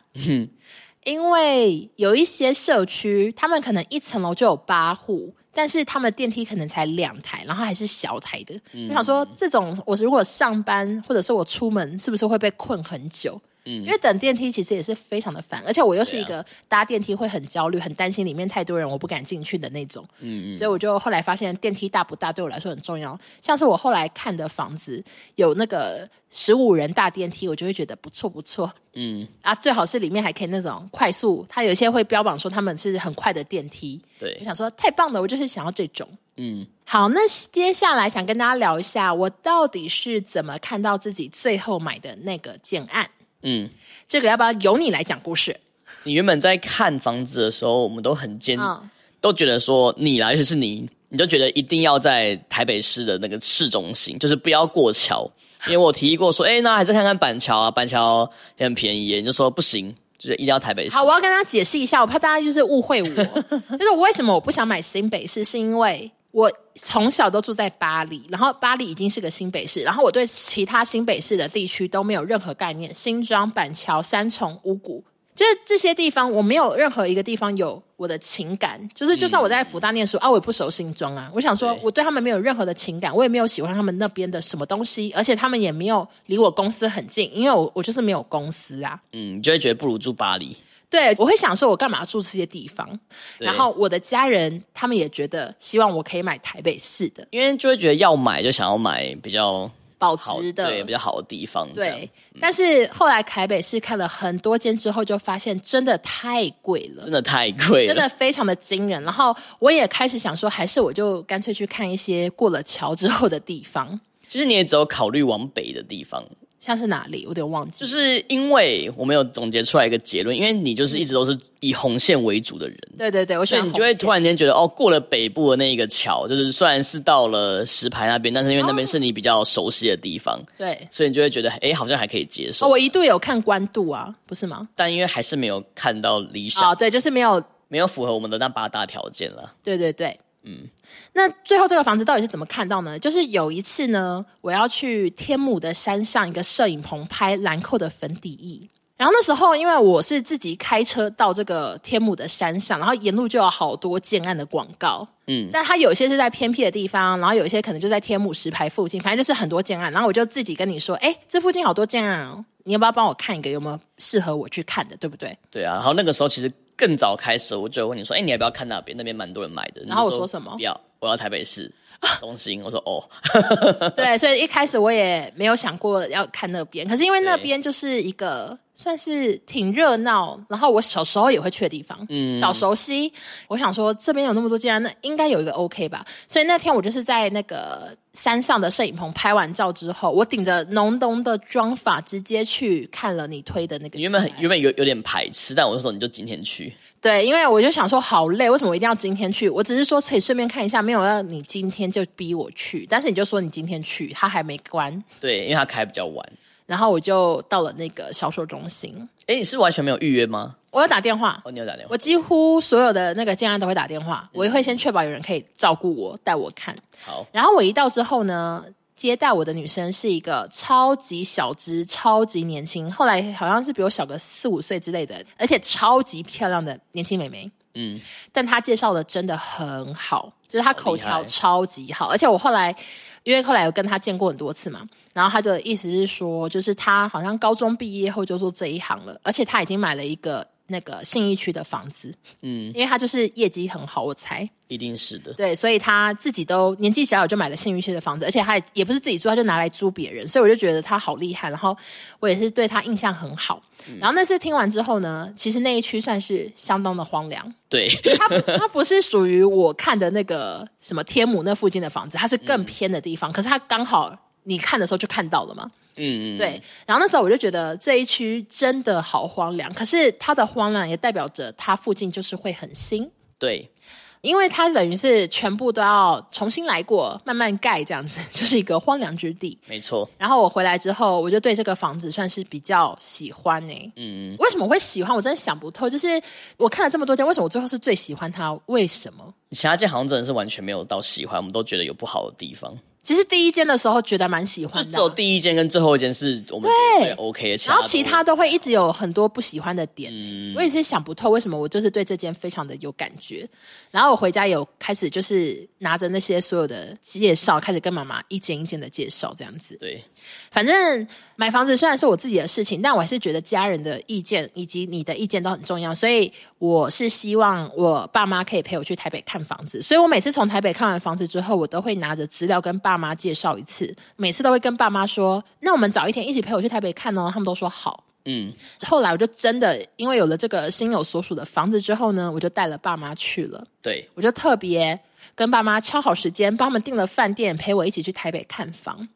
Speaker 1: 因为有一些社区，他们可能一层楼就有八户，但是他们电梯可能才两台，然后还是小台的。我想说，这种我如果上班或者是我出门，是不是会被困很久？因为等电梯其实也是非常的烦，而且我又是一个搭电梯会很焦虑、很担心里面太多人，我不敢进去的那种。
Speaker 2: 嗯
Speaker 1: 所以我就后来发现电梯大不大对我来说很重要。像是我后来看的房子有那个十五人大电梯，我就会觉得不错不错
Speaker 2: 嗯，
Speaker 1: 啊，最好是里面还可以那种快速，它有一些会标榜说他们是很快的电梯。我
Speaker 2: 对，
Speaker 1: 想说太棒了，我就是想要这种。
Speaker 2: 嗯，
Speaker 1: 好，那接下来想跟大家聊一下，我到底是怎么看到自己最后买的那个建案？
Speaker 2: 嗯。
Speaker 1: 这个要不要由你来讲故事？
Speaker 2: 你原本在看房子的时候，我们都很坚，
Speaker 1: 嗯，
Speaker 2: 都觉得说你来就是你，你就觉得一定要在台北市的那个市中心，就是不要过桥。因为我提议过说，哎、那还是看看板桥啊，板桥也很便宜耶。你就说不行，就是一定要台北市。
Speaker 1: 好，我要啊跟大家解释一下，我怕大家就是误会我，就是我为什么我不想买新北市，是因为我从小都住在巴黎，然后巴黎已经是个新北市，然后我对其他新北市的地区都没有任何概念，新庄、板桥、三重、五股。就是这些地方，我没有任何一个地方有我的情感。就是，就算我在福大念书、啊，我也不熟新庄啊。我想说
Speaker 2: 对，
Speaker 1: 我对他们没有任何的情感，我也没有喜欢他们那边的什么东西，而且他们也没有离我公司很近，因为我我就是没有公司啊。
Speaker 2: 嗯，你就会觉得不如住巴黎。
Speaker 1: 对，我会想说，我干嘛住这些地方？
Speaker 2: 对
Speaker 1: 然后我的家人他们也觉得，希望我可以买台北市的
Speaker 2: 因为就会觉得要买就想要买比较
Speaker 1: 保
Speaker 2: 好
Speaker 1: 值的，
Speaker 2: 对比较嗯好的地方。这样
Speaker 1: 对，但是后来台北市看了很多间之后，就发现真的太贵了
Speaker 2: 真。的太贵了。
Speaker 1: 真的非常的惊人，然后我也开始想说，还是我就干脆去看一些过了桥之后的地方，
Speaker 2: 其实你也只有考虑往北的地方，
Speaker 1: 像是哪里，我有点忘记。
Speaker 2: 就是因为我们有总结出来一个结论，因为你就是一直都是以红线为主的人。
Speaker 1: 对对对，我喜
Speaker 2: 所以
Speaker 1: 欢
Speaker 2: 你就会
Speaker 1: 红线
Speaker 2: 突然间觉得，哦，过了北部的那一个桥，就是虽然是到了石牌那边，但是因为那边
Speaker 1: 哦
Speaker 2: 是你比较熟悉的地方，
Speaker 1: 对
Speaker 2: 所以你就会觉得，哎，好像还可以接
Speaker 1: 哦，
Speaker 2: 受。
Speaker 1: 我一度有看官渡啊，不是吗？
Speaker 2: 但因为还是没有看到理想，
Speaker 1: 哦，对，就是没有
Speaker 2: 没有符合我们的那八大条件了。
Speaker 1: 对对对，嗯。那最后这个房子到底是怎么看到呢？就是有一次呢，我要去天母的山上一个摄影棚拍兰蔻的粉底液。然后那时候，因为我是自己开车到这个天母的山上，然后沿路就有好多建案的广告，
Speaker 2: 嗯
Speaker 1: 但它有些是在偏僻的地方，然后有些可能就在天母石牌附近，反正就是很多建案。然后我就自己跟你说，哎，这附近好多建案哦，你要不要帮我看一个有没有适合我去看的，对不对？
Speaker 2: 对啊，然后那个时候其实更早开始，我就问你说，哎、你要不要看那边？那边蛮多人买的。
Speaker 1: 然后我
Speaker 2: 你就
Speaker 1: 说什么啊
Speaker 2: 不要，我要台北市中心。我说哦，
Speaker 1: 对，所以一开始我也没有想过要看那边，可是因为那边就是一个算是挺热闹，然后我小时候也会去的地方，嗯，小熟悉。我想说这边有那么多家，那应该有一个 OK 吧。所以那天我就是在那个山上的摄影棚拍完照之后，我顶着浓浓的妆发直接去看了你推的那个进
Speaker 2: 你原
Speaker 1: 来。
Speaker 2: 本很原本有有点排斥，但我就说你就今天去，
Speaker 1: 对，因为我就想说好累，为什么我一定要今天去？我只是说可以顺便看一下，没有要你今天就逼我去，但是你就说你今天去，他还没关。
Speaker 2: 对，因为他开比较晚。
Speaker 1: 然后我就到了那个销售中心，
Speaker 2: 哎，你是完全没有预约吗？
Speaker 1: 我有打电话，
Speaker 2: 哦，你有打电话
Speaker 1: 我？几乎所有的那个建案都会打电话，我会先确保有人可以照顾我、带我看。
Speaker 2: 好，
Speaker 1: 然后我一到之后呢，接待我的女生是一个超级小只、超级年轻，后来好像是比我小个四五岁之类的，而且超级漂亮的年轻美眉。
Speaker 2: 嗯，
Speaker 1: 但她介绍的真的很好，就是她口
Speaker 2: 好
Speaker 1: 条
Speaker 2: 厉害
Speaker 1: 超级好，而且我后来因为后来有跟她见过很多次嘛，然后她的意思是说，就是她好像高中毕业后就做这一行了，而且她已经买了一个那个信义区的房子，
Speaker 2: 嗯，
Speaker 1: 因为她就是业绩很好，我猜。
Speaker 2: 一定是的。
Speaker 1: 对，所以他自己都年纪小小就买了信誉区的房子，而且他也也不是自己住，他就拿来租别人，所以我就觉得他好厉害。然后我也是对他印象很好。然后那次听完之后呢，其实那一区算是相当的荒凉，
Speaker 2: 对，
Speaker 1: 它不它不是属于我看的那个什么天母那附近的房子，它是更偏的地方，可是它刚好。你看的时候就看到了嘛，
Speaker 2: 嗯嗯，
Speaker 1: 对。然后那时候我就觉得这一区真的好荒凉，可是它的荒凉也代表着它附近就是会很新，
Speaker 2: 对，
Speaker 1: 因为它等于是全部都要重新来过，慢慢盖这样子， 就是一个荒凉之地。
Speaker 2: 没错。
Speaker 1: 然后我回来之后，我就对这个房子算是比较喜欢呢、
Speaker 2: 嗯，嗯
Speaker 1: 为什么会喜欢？我真的想不透。就是我看了这么多间，为什么我最后是最喜欢它？为什么？
Speaker 2: 其他间好像真的是完全没有到喜欢，我们都觉得有不好的地方，
Speaker 1: 其实第一间的时候觉得蛮喜
Speaker 2: 就
Speaker 1: 欢
Speaker 2: 只
Speaker 1: 的
Speaker 2: 有
Speaker 1: 啊，
Speaker 2: 第一间跟最后一间是我们觉得最 OK 的，
Speaker 1: 然后其
Speaker 2: 都
Speaker 1: 他都会一直有很多不喜欢的点。
Speaker 2: 嗯
Speaker 1: 我也是想不透为什么我就是对这间非常的有感觉，然后我回家有开始就是拿着那些所有的介绍，开始跟妈妈一间一间的介绍这样子。
Speaker 2: 对，
Speaker 1: 反正买房子虽然是我自己的事情，但我还是觉得家人的意见以及你的意见都很重要，所以我是希望我爸妈可以陪我去台北看房子。所以我每次从台北看完房子之后，我都会拿着资料跟爸妈介绍一次，每次都会跟爸妈说：“那我们早一天一起陪我去台北看哦。”他们都说好。
Speaker 2: 嗯，
Speaker 1: 后来我就真的因为有了这个心有所属的房子之后呢，我就带了爸妈去了。
Speaker 2: 对，
Speaker 1: 我就特别跟爸妈敲好时间，帮他们订了饭店，陪我一起去台北看房。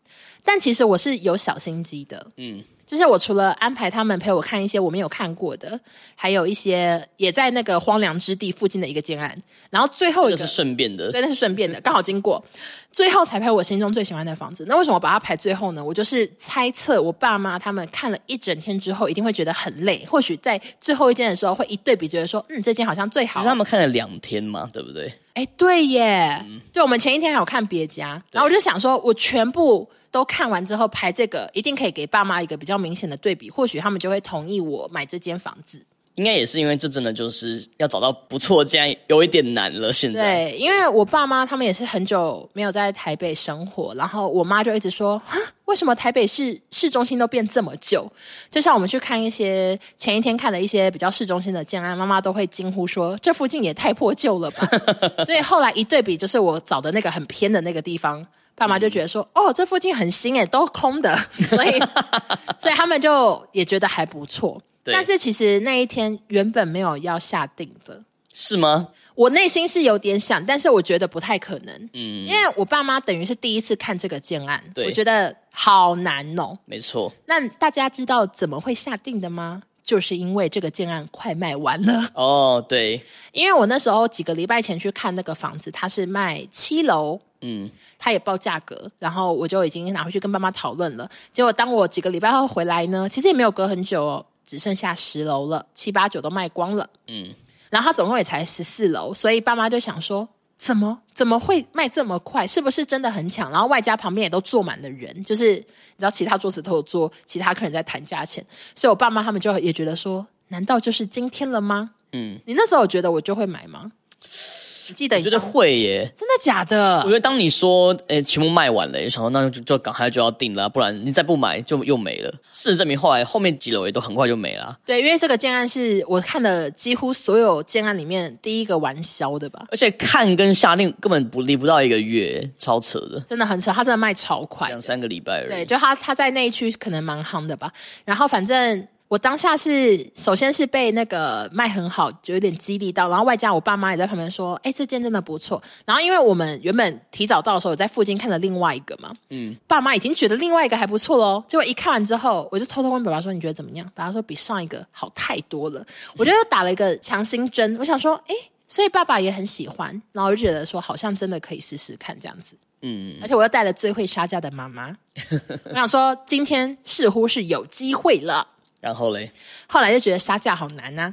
Speaker 1: 但其实我是有小心机的，
Speaker 2: 嗯，
Speaker 1: 就是我除了安排他们陪我看一些我没有看过的，还有一些也在那个荒凉之地附近的一个建案，然后最后一
Speaker 2: 这
Speaker 1: 个
Speaker 2: 是顺便的，
Speaker 1: 对，那是顺便的，刚好经过，最后才拍我心中最喜欢的房子。那为什么我把它排最后呢？我就是猜测我爸妈他们看了一整天之后，一定会觉得很累，或许在最后一间的时候会一对比，觉得说，嗯，这间好像最
Speaker 2: 其
Speaker 1: 好
Speaker 2: 实。他们看了两天嘛，对不对？
Speaker 1: 哎，对耶，对，我们前一天还有看别家，然后我就想说，我全部都看完之后排这个，一定可以给爸妈一个比较明显的对比，或许他们就会同意我买这间房子。
Speaker 2: 应该也是因为这真的就是要找到不错的家有一点难了，现在
Speaker 1: 对，因为我爸妈他们也是很久没有在台北生活，然后我妈就一直说，啊为什么台北市市中心都变这么旧？就像我们去看一些前一天看的一些比较市中心的建案，妈妈都会惊呼说，这附近也太破旧了吧。 所以后来一对比，就是我找的那个很偏的那个地方。爸妈就觉得说，哦，这附近很新诶，都空的， 所以所以他们就也觉得还不错。
Speaker 2: 对
Speaker 1: 但是其实那一天原本没有要下定的，
Speaker 2: 是吗？
Speaker 1: 我内心是有点想，但是我觉得不太可能，因
Speaker 2: 嗯，
Speaker 1: 为我爸妈等于是第一次看这个建案，
Speaker 2: 对
Speaker 1: 我觉得好难哦。
Speaker 2: 没错，
Speaker 1: 那大家知道怎么会下定的吗？就是因为这个建案快卖完了，
Speaker 2: 哦，对，
Speaker 1: 因为我那时候几个礼拜前去看那个房子，它是卖七楼，
Speaker 2: 嗯，
Speaker 1: 他也报价格，然后我就已经拿回去跟爸妈讨论了。结果当我几个礼拜后回来呢，其实也没有隔很久哦，只剩下十楼了，七八九都卖光了。
Speaker 2: 嗯，
Speaker 1: 然后他总共也才十四楼，所以爸妈就想说。怎么怎么会卖这么快？是不是真的很抢？然后外加旁边也都坐满了人，就是你知道其他桌子都有坐，其他客人在谈价钱，所以我爸妈他们就也觉得说，难道就是今天了吗？
Speaker 2: 嗯，
Speaker 1: 你那时候有觉得我就会买吗？你记得
Speaker 2: 我
Speaker 1: 你
Speaker 2: 觉得
Speaker 1: 当
Speaker 2: 会耶。
Speaker 1: 真的假的？
Speaker 2: 我觉得当你说诶、全部卖完了，想说那就就赶快就要定了啊、不然你再不买就又没了。事实证明，后来后面几楼也都很快就没了啊，
Speaker 1: 对，因为这个建案是我看了几乎所有建案里面第一个完销的吧，
Speaker 2: 而且看跟下定根本不离不到一个月，超扯的，
Speaker 1: 真的很扯，它真的卖超快
Speaker 2: 两。三个礼拜而
Speaker 1: 对，
Speaker 2: 已。
Speaker 1: 就它它在那一区可能蛮夯的吧。然后反正我当下是首先是被那个卖很好，就有点激励到，然后外加我爸妈也在旁边说，哎、这间真的不错。然后因为我们原本提早到的时候，我在附近看了另外一个嘛，
Speaker 2: 嗯
Speaker 1: 嗯，爸妈已经觉得另外一个还不错喽。结果一看完之后，我就偷偷问爸爸说，你觉得怎么样？爸爸说比上一个好太多了。我就又打了一个强心针，我想说，哎、所以爸爸也很喜欢，然后我就觉得说，好像真的可以试试看这样子。
Speaker 2: 嗯，
Speaker 1: 而且我又带了最会杀价的妈妈， 我想说今天似乎是有机会了。
Speaker 2: 然后嘞，
Speaker 1: 后来就觉得杀价好难呐、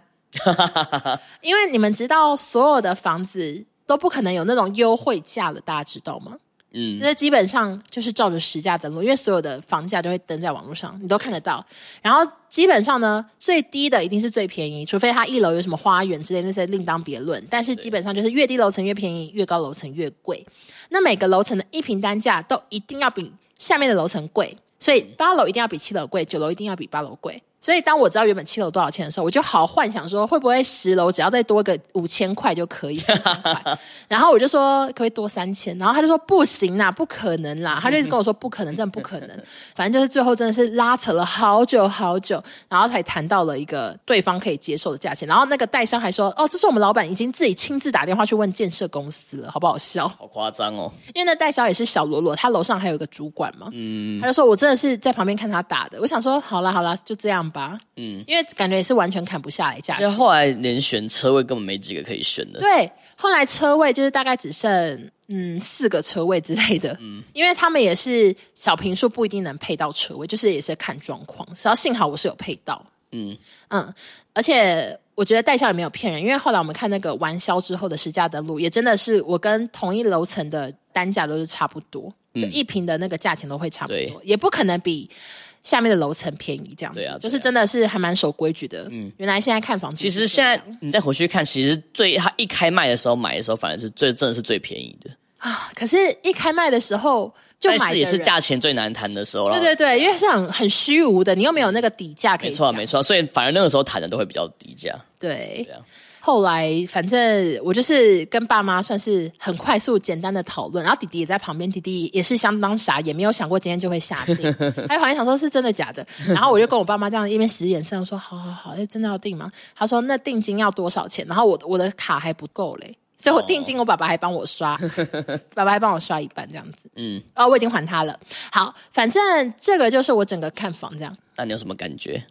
Speaker 1: 因为你们知道所有的房子都不可能有那种优惠价了，大家知道吗？
Speaker 2: 嗯，
Speaker 1: 就是基本上就是照着实价登录，因为所有的房价都会登在网络上，你都看得到。然后基本上呢，最低的一定是最便宜，除非它一楼有什么花园之类那些另当别论。但是基本上就是越低楼层越便宜，越高楼层越贵。那每个楼层的一平单价都一定要比下面的楼层贵，所以八楼一定要比七楼贵，九楼一定要比八楼贵。所以当我知道原本七楼多少钱的时候，我就好幻想说会不会十楼只要再多个五千块就可以四千块，然后我就说可不可以多三千？然后他就说不行啦，不可能 啦，他就一直跟我说不可能，真的不可能。反正就是最后真的是拉扯了好久好久，然后才谈到了一个对方可以接受的价钱。然后那个代商还说：“哦，这是我们老板已经自己亲自打电话去问建设公司了，好不好笑
Speaker 2: 好夸张哦，？”
Speaker 1: 因为那代销也是小罗罗，他楼上还有一个主管嘛。
Speaker 2: 嗯
Speaker 1: 他就说：“我真的是在旁边看他打的。”我想说：“好啦好啦，就这样吧。
Speaker 2: 嗯”，
Speaker 1: 因为感觉也是完全砍不下来价
Speaker 2: 而
Speaker 1: 钱
Speaker 2: 且。后来连选车位根本没几个可以选的，
Speaker 1: 对，后来车位就是大概只剩嗯四个车位之类的，嗯，因为他们也是小平数不一定能配到车位，就是也是看状况。只要幸好我是有配到，
Speaker 2: 嗯
Speaker 1: 嗯，而且我觉得代销也没有骗人，因为后来我们看那个完销之后的实价登录，也真的是我跟同一楼层的单价都是差不多，就一瓶的那个价钱都会差不
Speaker 2: 嗯对
Speaker 1: 多，也不可能比。下面的楼层便宜，这样子，
Speaker 2: 对啊对啊
Speaker 1: 就是真的是还蛮守规矩的。嗯，原来现在看房子
Speaker 2: 其
Speaker 1: 是这
Speaker 2: 实现
Speaker 1: 样
Speaker 2: 在你再回去看，其实最它一开卖的时候买的时候，反而是最真的是最便宜的，
Speaker 1: 啊，可是一开卖的时候就
Speaker 2: 但
Speaker 1: 买
Speaker 2: 是
Speaker 1: 的
Speaker 2: 也是
Speaker 1: 人
Speaker 2: 价钱最难谈的时候啦。
Speaker 1: 对对对，因为是很很虚无的，你又没有那个底价可以
Speaker 2: 没错啊
Speaker 1: 讲
Speaker 2: 没错啊，所以反而那个时候谈的都会比较低价。
Speaker 1: 对
Speaker 2: 对啊
Speaker 1: 后来反正我就是跟爸妈算是很快速简单的讨论，然后弟弟也在旁边，弟弟也是相当傻，也没有想过今天就会下定，他在旁边想说是真的假的，然后我就跟我爸妈这样一边使眼色我说好好好，啊那真的要定吗？他说那定金要多少钱？然后我的我的卡还不够嘞。所以我
Speaker 2: 哦
Speaker 1: 定金，我爸爸还帮我刷，爸爸还帮我刷一半这样子。
Speaker 2: 嗯，
Speaker 1: 哦，我已经还他了。好，反正这个就是我整个看房这样。
Speaker 2: 那你有什么感觉？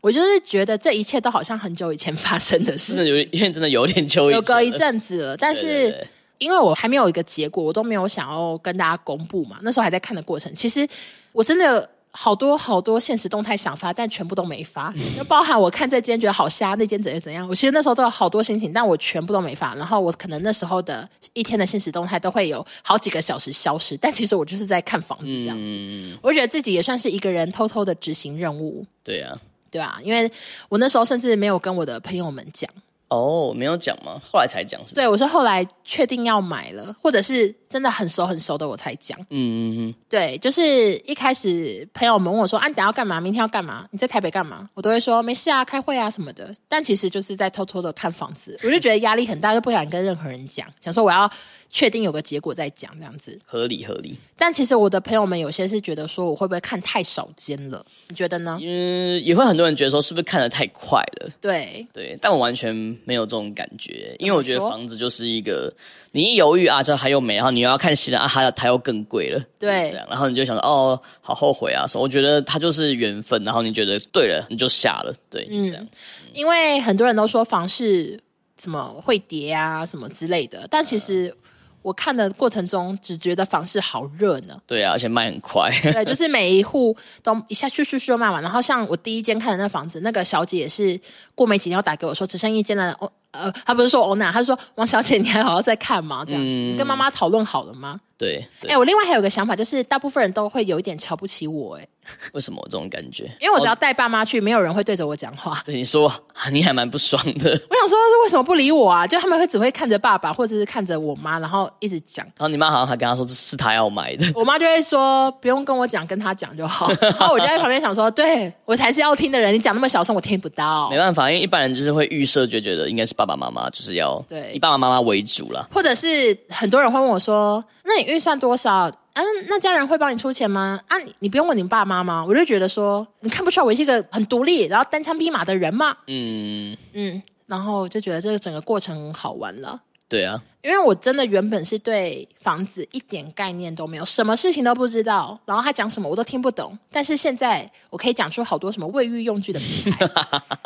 Speaker 1: 我就是觉得这一切都好像很久以前发生的
Speaker 2: 真的
Speaker 1: 事，
Speaker 2: 有，因为真的有点久以前了，
Speaker 1: 有隔一阵子了。但
Speaker 2: 对，对
Speaker 1: 是
Speaker 2: 对
Speaker 1: 因为我还没有一个结果，我都没有想要跟大家公布嘛。那时候还在看的过程，其实我真的好多好多现实动态想发，但全部都没发，
Speaker 2: 嗯
Speaker 1: 就包含我看这间觉得好瞎，那间怎样怎样。我其实那时候都有好多心情，但我全部都没发。然后我可能那时候的一天的现实动态都会有好几个小时消失，但其实我就是在看房子这样。
Speaker 2: 嗯，
Speaker 1: 我觉得自己也算是一个人偷偷的执行任务。
Speaker 2: 对啊。
Speaker 1: 对啊，因为我那时候甚至没有跟我的朋友们讲，
Speaker 2: 哦，没有讲吗？后来才讲是不是？
Speaker 1: 对我是后来确定要买了，或者是真的很熟很熟的我才讲。
Speaker 2: 嗯嗯嗯，
Speaker 1: 对，就是一开始朋友们问我说：“啊，你等下要干嘛？明天要干嘛？你在台北干嘛？”我都会说：“没事啊，开会啊什么的。”但其实就是在偷偷的看房子，我就觉得压力很大，就不想跟任何人讲，想说我要确定有个结果再讲这样子。
Speaker 2: 合理合理。
Speaker 1: 但其实我的朋友们有些是觉得说我会不会看太少间了？你觉得呢？
Speaker 2: 因为也会很多人觉得说是不是看得太快了？
Speaker 1: 对，
Speaker 2: 对，但我完全没有这种感觉，因为我觉得
Speaker 1: 说
Speaker 2: 房子就是一个，你一犹豫啊，这还有没，然后你又要看新的啊，它它又更贵了，
Speaker 1: 对
Speaker 2: 这样，然后你就想说哦，好后悔啊，所以我觉得它就是缘分，然后你觉得对了，你就下了，对，就这样，。
Speaker 1: 因为很多人都说房市什么会跌啊，什么之类的，但其实我看的过程中，只觉得房市好热呢
Speaker 2: 对啊，而且卖很快，
Speaker 1: 对，就是每一户都一下咻咻咻就卖完。然后像我第一间看的那房子，那个小姐也是过没几天要打给我说，只剩一间了。哦，呃，她不是说欧娜，她说王小姐，你还好好再看吗？这样子，
Speaker 2: 嗯
Speaker 1: 你跟妈妈讨论好了吗？
Speaker 2: 对，
Speaker 1: 哎、
Speaker 2: 对，
Speaker 1: 我另外还有个想法，就是大部分人都会有一点瞧不起我、哎，
Speaker 2: 为什么有这种感觉？
Speaker 1: 因为我只
Speaker 2: 哦
Speaker 1: 要带爸妈去，没有人会对着我讲话。
Speaker 2: 对你说， 啊你还蛮不爽的，
Speaker 1: 我想说，是为什么不理我啊？就他们会只会看着爸爸，或者是看着我妈，然后一直讲。
Speaker 2: 然后你妈好像还跟他说这是他 要买的，
Speaker 1: 我妈就会说不用跟我讲，跟他讲就好。然后我就在旁边想说，对我才是要听的人，你讲那么小声，我听不到
Speaker 2: 没。办法，因为一般人就是会预设，就觉得应该是爸爸妈妈，就是要
Speaker 1: 对
Speaker 2: 以爸爸妈妈为主啦。
Speaker 1: 或者是很多人会问我说，那你预算多少？嗯，那家人会帮你出钱吗？啊，你你不用问你爸妈吗？我就觉得说，你看不出来我是一个很独立，然后单枪匹马的人嘛。
Speaker 2: 嗯，
Speaker 1: 嗯，然后就觉得这个整个过程好玩了。
Speaker 2: 对啊，
Speaker 1: 因为我真的原本是对房子一点概念都没有，什么事情都不知道，然后他讲什么我都听不懂。但是现在我可以讲出好多什么卫浴用具的品 牌，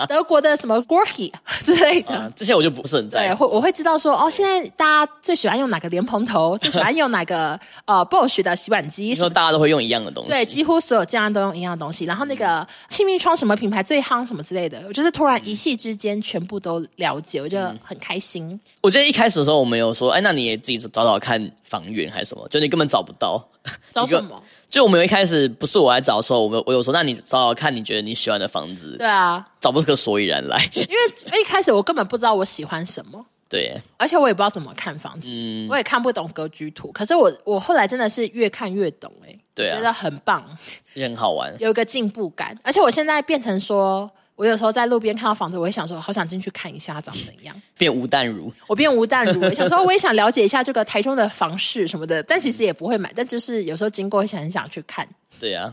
Speaker 1: 德国的什么 Gorky 之类的。
Speaker 2: 啊，这些我就不是很在
Speaker 1: 对，
Speaker 2: 乎。
Speaker 1: 会我会知道说，哦，现在大家最喜欢用哪个莲蓬头，最喜欢用哪个呃 Bosch 的洗碗机
Speaker 2: 你
Speaker 1: 什么
Speaker 2: 说大家都会用一样的东西，嗯
Speaker 1: 对，几乎所有家人都用一样的东西。然后那个气密窗什么品牌最夯什么之类的，我就是突然一夕之间全部都了解，我就很开心。
Speaker 2: 我嗯记得一开始的时候，我们有说，哎，那你也自己找找看房源还是什么，就你根本找不到。
Speaker 1: 找
Speaker 2: 一个
Speaker 1: 什么？
Speaker 2: 就我们有一开始不是我来找的时候，我们我有说，那你找找看，你觉得你喜欢的房子，
Speaker 1: 对啊，
Speaker 2: 找不出个所以然来。
Speaker 1: 因为一开始我根本不知道我喜欢什么，
Speaker 2: 对，
Speaker 1: 而且我也不知道怎么看房子，
Speaker 2: 嗯，
Speaker 1: 我也看不懂格局图。可是我我后来真的是越看越懂、欸，
Speaker 2: 对啊
Speaker 1: 觉得很棒，
Speaker 2: 也很好玩。
Speaker 1: 有一个进步感。而且我现在变成说。我有时候在路边看到房子，我会想说，好想进去看一下长怎样。
Speaker 2: 变吴淡如，
Speaker 1: 我变吴淡如了，想说我也想了解一下这个台中的房市什么的，但其实也不会买，但就是有时候经过想很想去看。
Speaker 2: 对啊，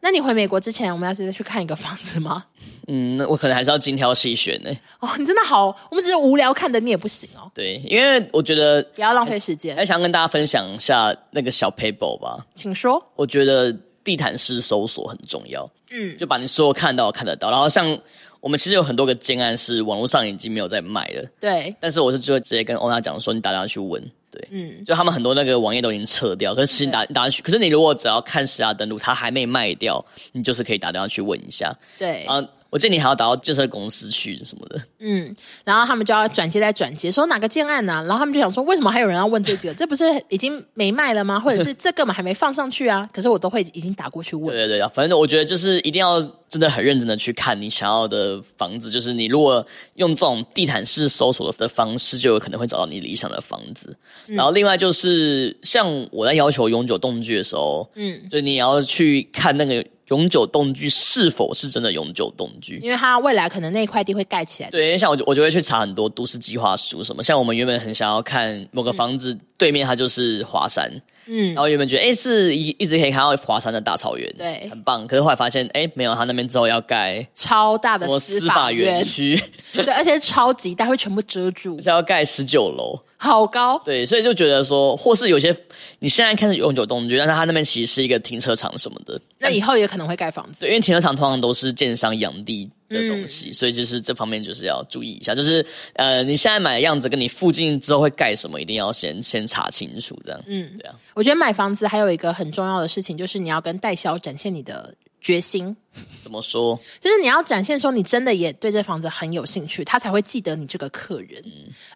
Speaker 1: 那你回美国之前，我们要直接去看一个房子吗？
Speaker 2: 嗯，那我可能还是要精挑细选呢、
Speaker 1: 哦，你真的好，我们只是无聊看的，你也不行哦，
Speaker 2: 对，因为我觉得
Speaker 1: 不要浪费时间
Speaker 2: 还。想跟大家分享一下那个小 paper 吧。
Speaker 1: 请说，
Speaker 2: 我觉得地毯式搜索很重要，
Speaker 1: 嗯，
Speaker 2: 就把你所有看到的看得到。然后像我们其实有很多个建案是网络上已经没有在卖了，
Speaker 1: 对，
Speaker 2: 但是我是就会直接跟欧娜讲说，你打电话去问，对，
Speaker 1: 嗯，
Speaker 2: 就他们很多那个网页都已经撤掉，可是其实你打你打上去，可是你如果只要看时下登录，它还没卖掉，你就是可以打电话去问一下。
Speaker 1: 对，
Speaker 2: 啊，我建议你还要打到建设公司去什么的，
Speaker 1: 嗯，然后他们就要转接再转接，说哪个建案呢、然后他们就想说，为什么还有人要问这个？这不是已经没卖了吗？或者是这根本还没放上去啊？可是我都会已经打过去问
Speaker 2: 对。对对，反正我觉得就是一定要真的很认真的去看你想要的房子，就是你如果用这种地毯式搜索的方式，就有可能会找到你理想的房子。然
Speaker 1: 嗯
Speaker 2: 后另外就是像我在要求永久动居的时候，
Speaker 1: 嗯，
Speaker 2: 就你也要去看那个永久动居是否是真的永久动居。
Speaker 1: 因为他未来可能那块地会盖起来。
Speaker 2: 对，因为像我就我就会去查很多都市计划书什么，像我们原本很想要看某个房子、对面它就是华山，
Speaker 1: 嗯
Speaker 2: 然，后原本觉得哎、诶是一一直可以看到华山的大草原，
Speaker 1: 对
Speaker 2: 很棒。可是后来发现哎、诶没有，他那边之后要盖
Speaker 1: 超大
Speaker 2: 什
Speaker 1: 的
Speaker 2: 么
Speaker 1: 司
Speaker 2: 司
Speaker 1: 法
Speaker 2: 法
Speaker 1: 院
Speaker 2: 园，区，
Speaker 1: 对，而且是超级大，会全部遮住，
Speaker 2: 是要盖十九楼，
Speaker 1: 好高。
Speaker 2: 对，所以就觉得说，或是有些你现在开始永久动居，但是他那边其实是一个停车场什么的，
Speaker 1: 那以后也可能会盖房子。
Speaker 2: 对，因为停车场通常都是建商养地的
Speaker 1: 嗯
Speaker 2: 东西，所以就是这方面就是要注意一下，就是呃，你现在买的样子跟你附近之后会盖什么，一定要先先查清楚，这样。嗯，对啊，
Speaker 1: 我觉得买房子还有一个很重要的事情，就是你要跟代销展现你的决心，
Speaker 2: 怎么说？
Speaker 1: 就是你要展现说你真的也对这房子很有兴趣，他才会记得你这个客人。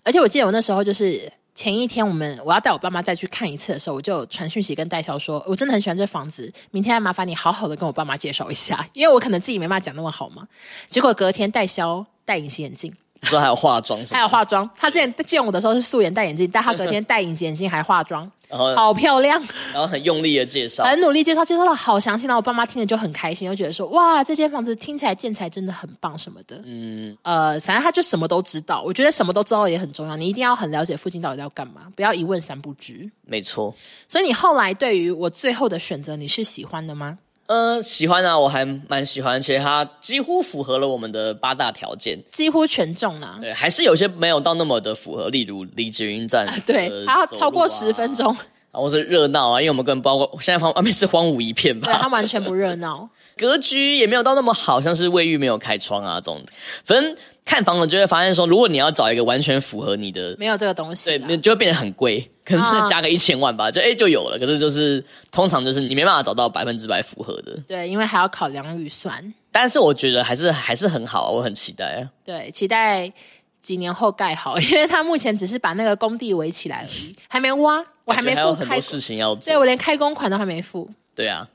Speaker 1: 而且我记得我那时候就是。前一天我们我要带我爸妈再去看一次的时候，我就传讯息跟代销说，我真的很喜欢这房子，明天麻烦你好好的跟我爸妈介绍一下，因为我可能自己没办法讲那么好嘛。结果隔天代销戴隐形眼镜，
Speaker 2: 你说还有化妆什
Speaker 1: 还
Speaker 2: 么？
Speaker 1: 有化妆。她之前见我的时候是素颜戴眼镜，但她隔天戴隐形眼镜还化妆，
Speaker 2: 然后
Speaker 1: 好漂亮，
Speaker 2: 然后很用力的介绍，
Speaker 1: 很努力介绍，介绍的好详细。然后我爸妈听了就很开心，就觉得说哇，这间房子听起来建材真的很棒什么的。
Speaker 2: 嗯，
Speaker 1: 呃，反正他就什么都知道，我觉得什么都知道也很重要。你一定要很了解附近到底要干嘛，不要一问三不知。
Speaker 2: 没错。
Speaker 1: 所以你后来对于我最后的选择，你是喜欢的吗？
Speaker 2: 呃，喜欢啊，我还蛮喜欢，而且它几乎符合了我们的八大条件。
Speaker 1: 几乎全中啊 了、
Speaker 2: 对，还是有些没有到那么的符合，例如离捷运站、
Speaker 1: 啊对，
Speaker 2: 呃
Speaker 1: 还要超过
Speaker 2: 走
Speaker 1: 十
Speaker 2: 路啊
Speaker 1: 分钟，
Speaker 2: 然后是热闹啊，因为我们根本包括现在方外面是荒芜一片
Speaker 1: 对他
Speaker 2: 吧，
Speaker 1: 完全不热闹。
Speaker 2: 格局也没有到那么好，像是卫浴没有开窗啊这种。反正看房的就会发现说，如果你要找一个完全符合你的，
Speaker 1: 没有这个东西
Speaker 2: 对，
Speaker 1: 啦，
Speaker 2: 你就会变得很贵，可能
Speaker 1: 啊
Speaker 2: 是加个一千万吧，就哎、就有了。可是就是通常就是你没办法找到百分之百符合的，
Speaker 1: 对，因为还要考量预算。
Speaker 2: 但是我觉得还是还是很好啊，我很期待啊。
Speaker 1: 对，期待几年后盖好， 因为他目前只是把那个工地围起来而已，还没挖，我还没
Speaker 2: 感觉还有
Speaker 1: 付
Speaker 2: 很
Speaker 1: 开
Speaker 2: 多，事情要
Speaker 1: 对我
Speaker 2: 做，
Speaker 1: 连开工款都还没付。
Speaker 2: 对啊，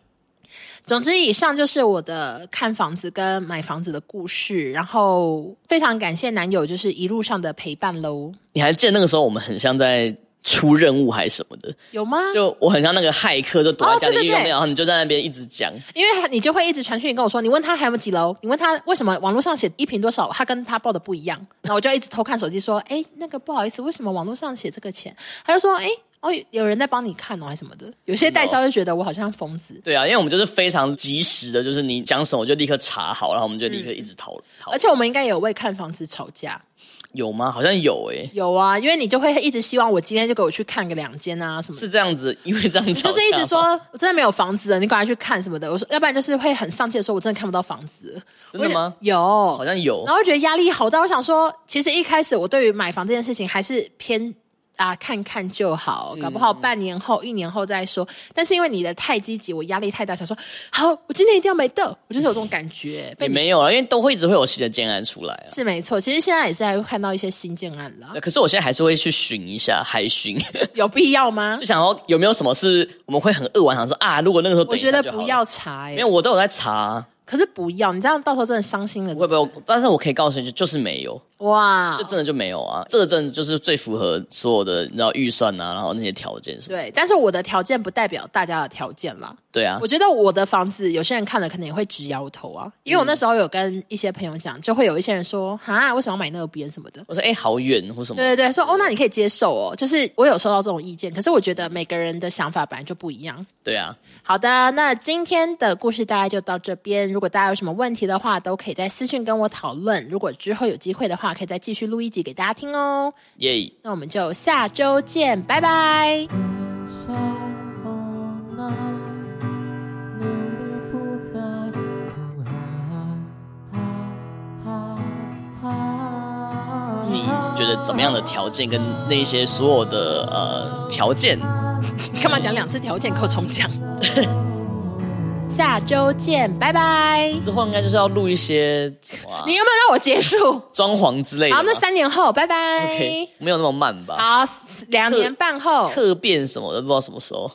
Speaker 1: 总之，以上就是我的看房子跟买房子的故事，然后非常感谢男友就是一路上的陪伴喽。
Speaker 2: 你还记得那个时候我们很像在出任务还是什么的，
Speaker 1: 有吗？
Speaker 2: 就我很像那个骇客，就躲
Speaker 1: 哦
Speaker 2: 在家
Speaker 1: 对
Speaker 2: 里
Speaker 1: 对
Speaker 2: 一用
Speaker 1: 对
Speaker 2: 然后你就在那边一直讲。
Speaker 1: 因为你就会一直传讯跟我说，你问他还有没有几楼，你问他为什么网络上写一平多少，他跟他报的不一样，然后我就一直偷看手机说，哎，那个不好意思，为什么网络上写这个钱？他就说，哎，哦，有人在帮你看哦，还是什么的。有些代销就觉得我好像疯子，
Speaker 2: 对啊，因为我们就是非常及时的，就是你讲什么我就立刻查好，然后我们就立刻一直讨论。
Speaker 1: 嗯
Speaker 2: 讨
Speaker 1: 而且我们应该也有为看房子吵架。
Speaker 2: 有吗？好像有欸诶、
Speaker 1: 有啊，因为你就会一直希望我今天就给我去看个两间啊什么的。
Speaker 2: 是这样子，因为这样子
Speaker 1: 就是一直说我真的没有房子了，你赶快去看什么的。我说，要不然就是会很丧气的说，我真的看不到房子了。
Speaker 2: 真的吗
Speaker 1: 我就？有，
Speaker 2: 好像有
Speaker 1: 然，后我觉得压力好大。我想说，其实一开始我对于买房这件事情还是偏啊看看就好，搞不好
Speaker 2: 嗯
Speaker 1: 半年后、一年后再说。但是因为你的太积极，我压力太大，想说好，我今天一定要买到。我就是有这种感 觉，被
Speaker 2: 也
Speaker 1: 你
Speaker 2: 没有啊，因为都会一直会有新的建案出来啊。
Speaker 1: 是没错。其实现在也是还会看到一些新建案啦
Speaker 2: 对，可是我现在还是会去寻一下海巡，
Speaker 1: 有必要吗
Speaker 2: 就？想说有没有什么是我们会很扼腕，想说啊，如果那个时候
Speaker 1: 我
Speaker 2: 等一
Speaker 1: 觉
Speaker 2: 下
Speaker 1: 得
Speaker 2: 就好
Speaker 1: 不
Speaker 2: 了，
Speaker 1: 要查、
Speaker 2: 因
Speaker 1: 欸
Speaker 2: 为，我都有在查，
Speaker 1: 可是不要，你这样到时候真的伤心了。
Speaker 2: 会不会？但是我可以告诉你，就是没有，
Speaker 1: 哇
Speaker 2: 这？真的就没有啊。这个真的就是最符合所有的，你知道预算啊，然后那些条件什么，
Speaker 1: 对，但是我的条件不代表大家的条件啦。
Speaker 2: 对啊
Speaker 1: 我，觉得我的房子，有些人看了可能也会直摇头啊，因为我那时候有跟一些朋友讲，就会有一些人说，哈，为什么要买那边什么的。
Speaker 2: 我说哎、好远或什么，
Speaker 1: 对对对，说哦，那你可以接受哦，就是我有收到这种意见，可是我觉得每个人的想法本来就不一样。
Speaker 2: 对啊，
Speaker 1: 好的，那今天的故事大概就到这边。如果大家有什么问题的话，都可以在私讯跟我讨论。如果之后有机会的话，可以再继续录一集给大家听哦。
Speaker 2: 耶、
Speaker 1: 那我们就下周见，拜拜。
Speaker 3: 伤风浪，努力不再苦海，哈哈哈！
Speaker 2: 你觉得怎么样的条件跟那些所有的呃条件
Speaker 1: 你干嘛讲两次条件？给我重 讲。下周见，拜拜。
Speaker 2: 之后，应该就是要录一些什么啊
Speaker 1: 你有没有让我结束？
Speaker 2: 装潢之类的吗。
Speaker 1: 好，那三年后，拜拜。
Speaker 2: OK 没有那么慢吧？
Speaker 1: 好，两年半后，
Speaker 2: 客变什么的，不知道什么时候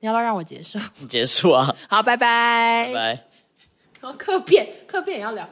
Speaker 1: 你要不要让我结束？
Speaker 2: 结束啊？
Speaker 1: 好，拜
Speaker 2: 拜
Speaker 1: 拜。
Speaker 2: 拜。
Speaker 1: 然后课变，课变也要聊。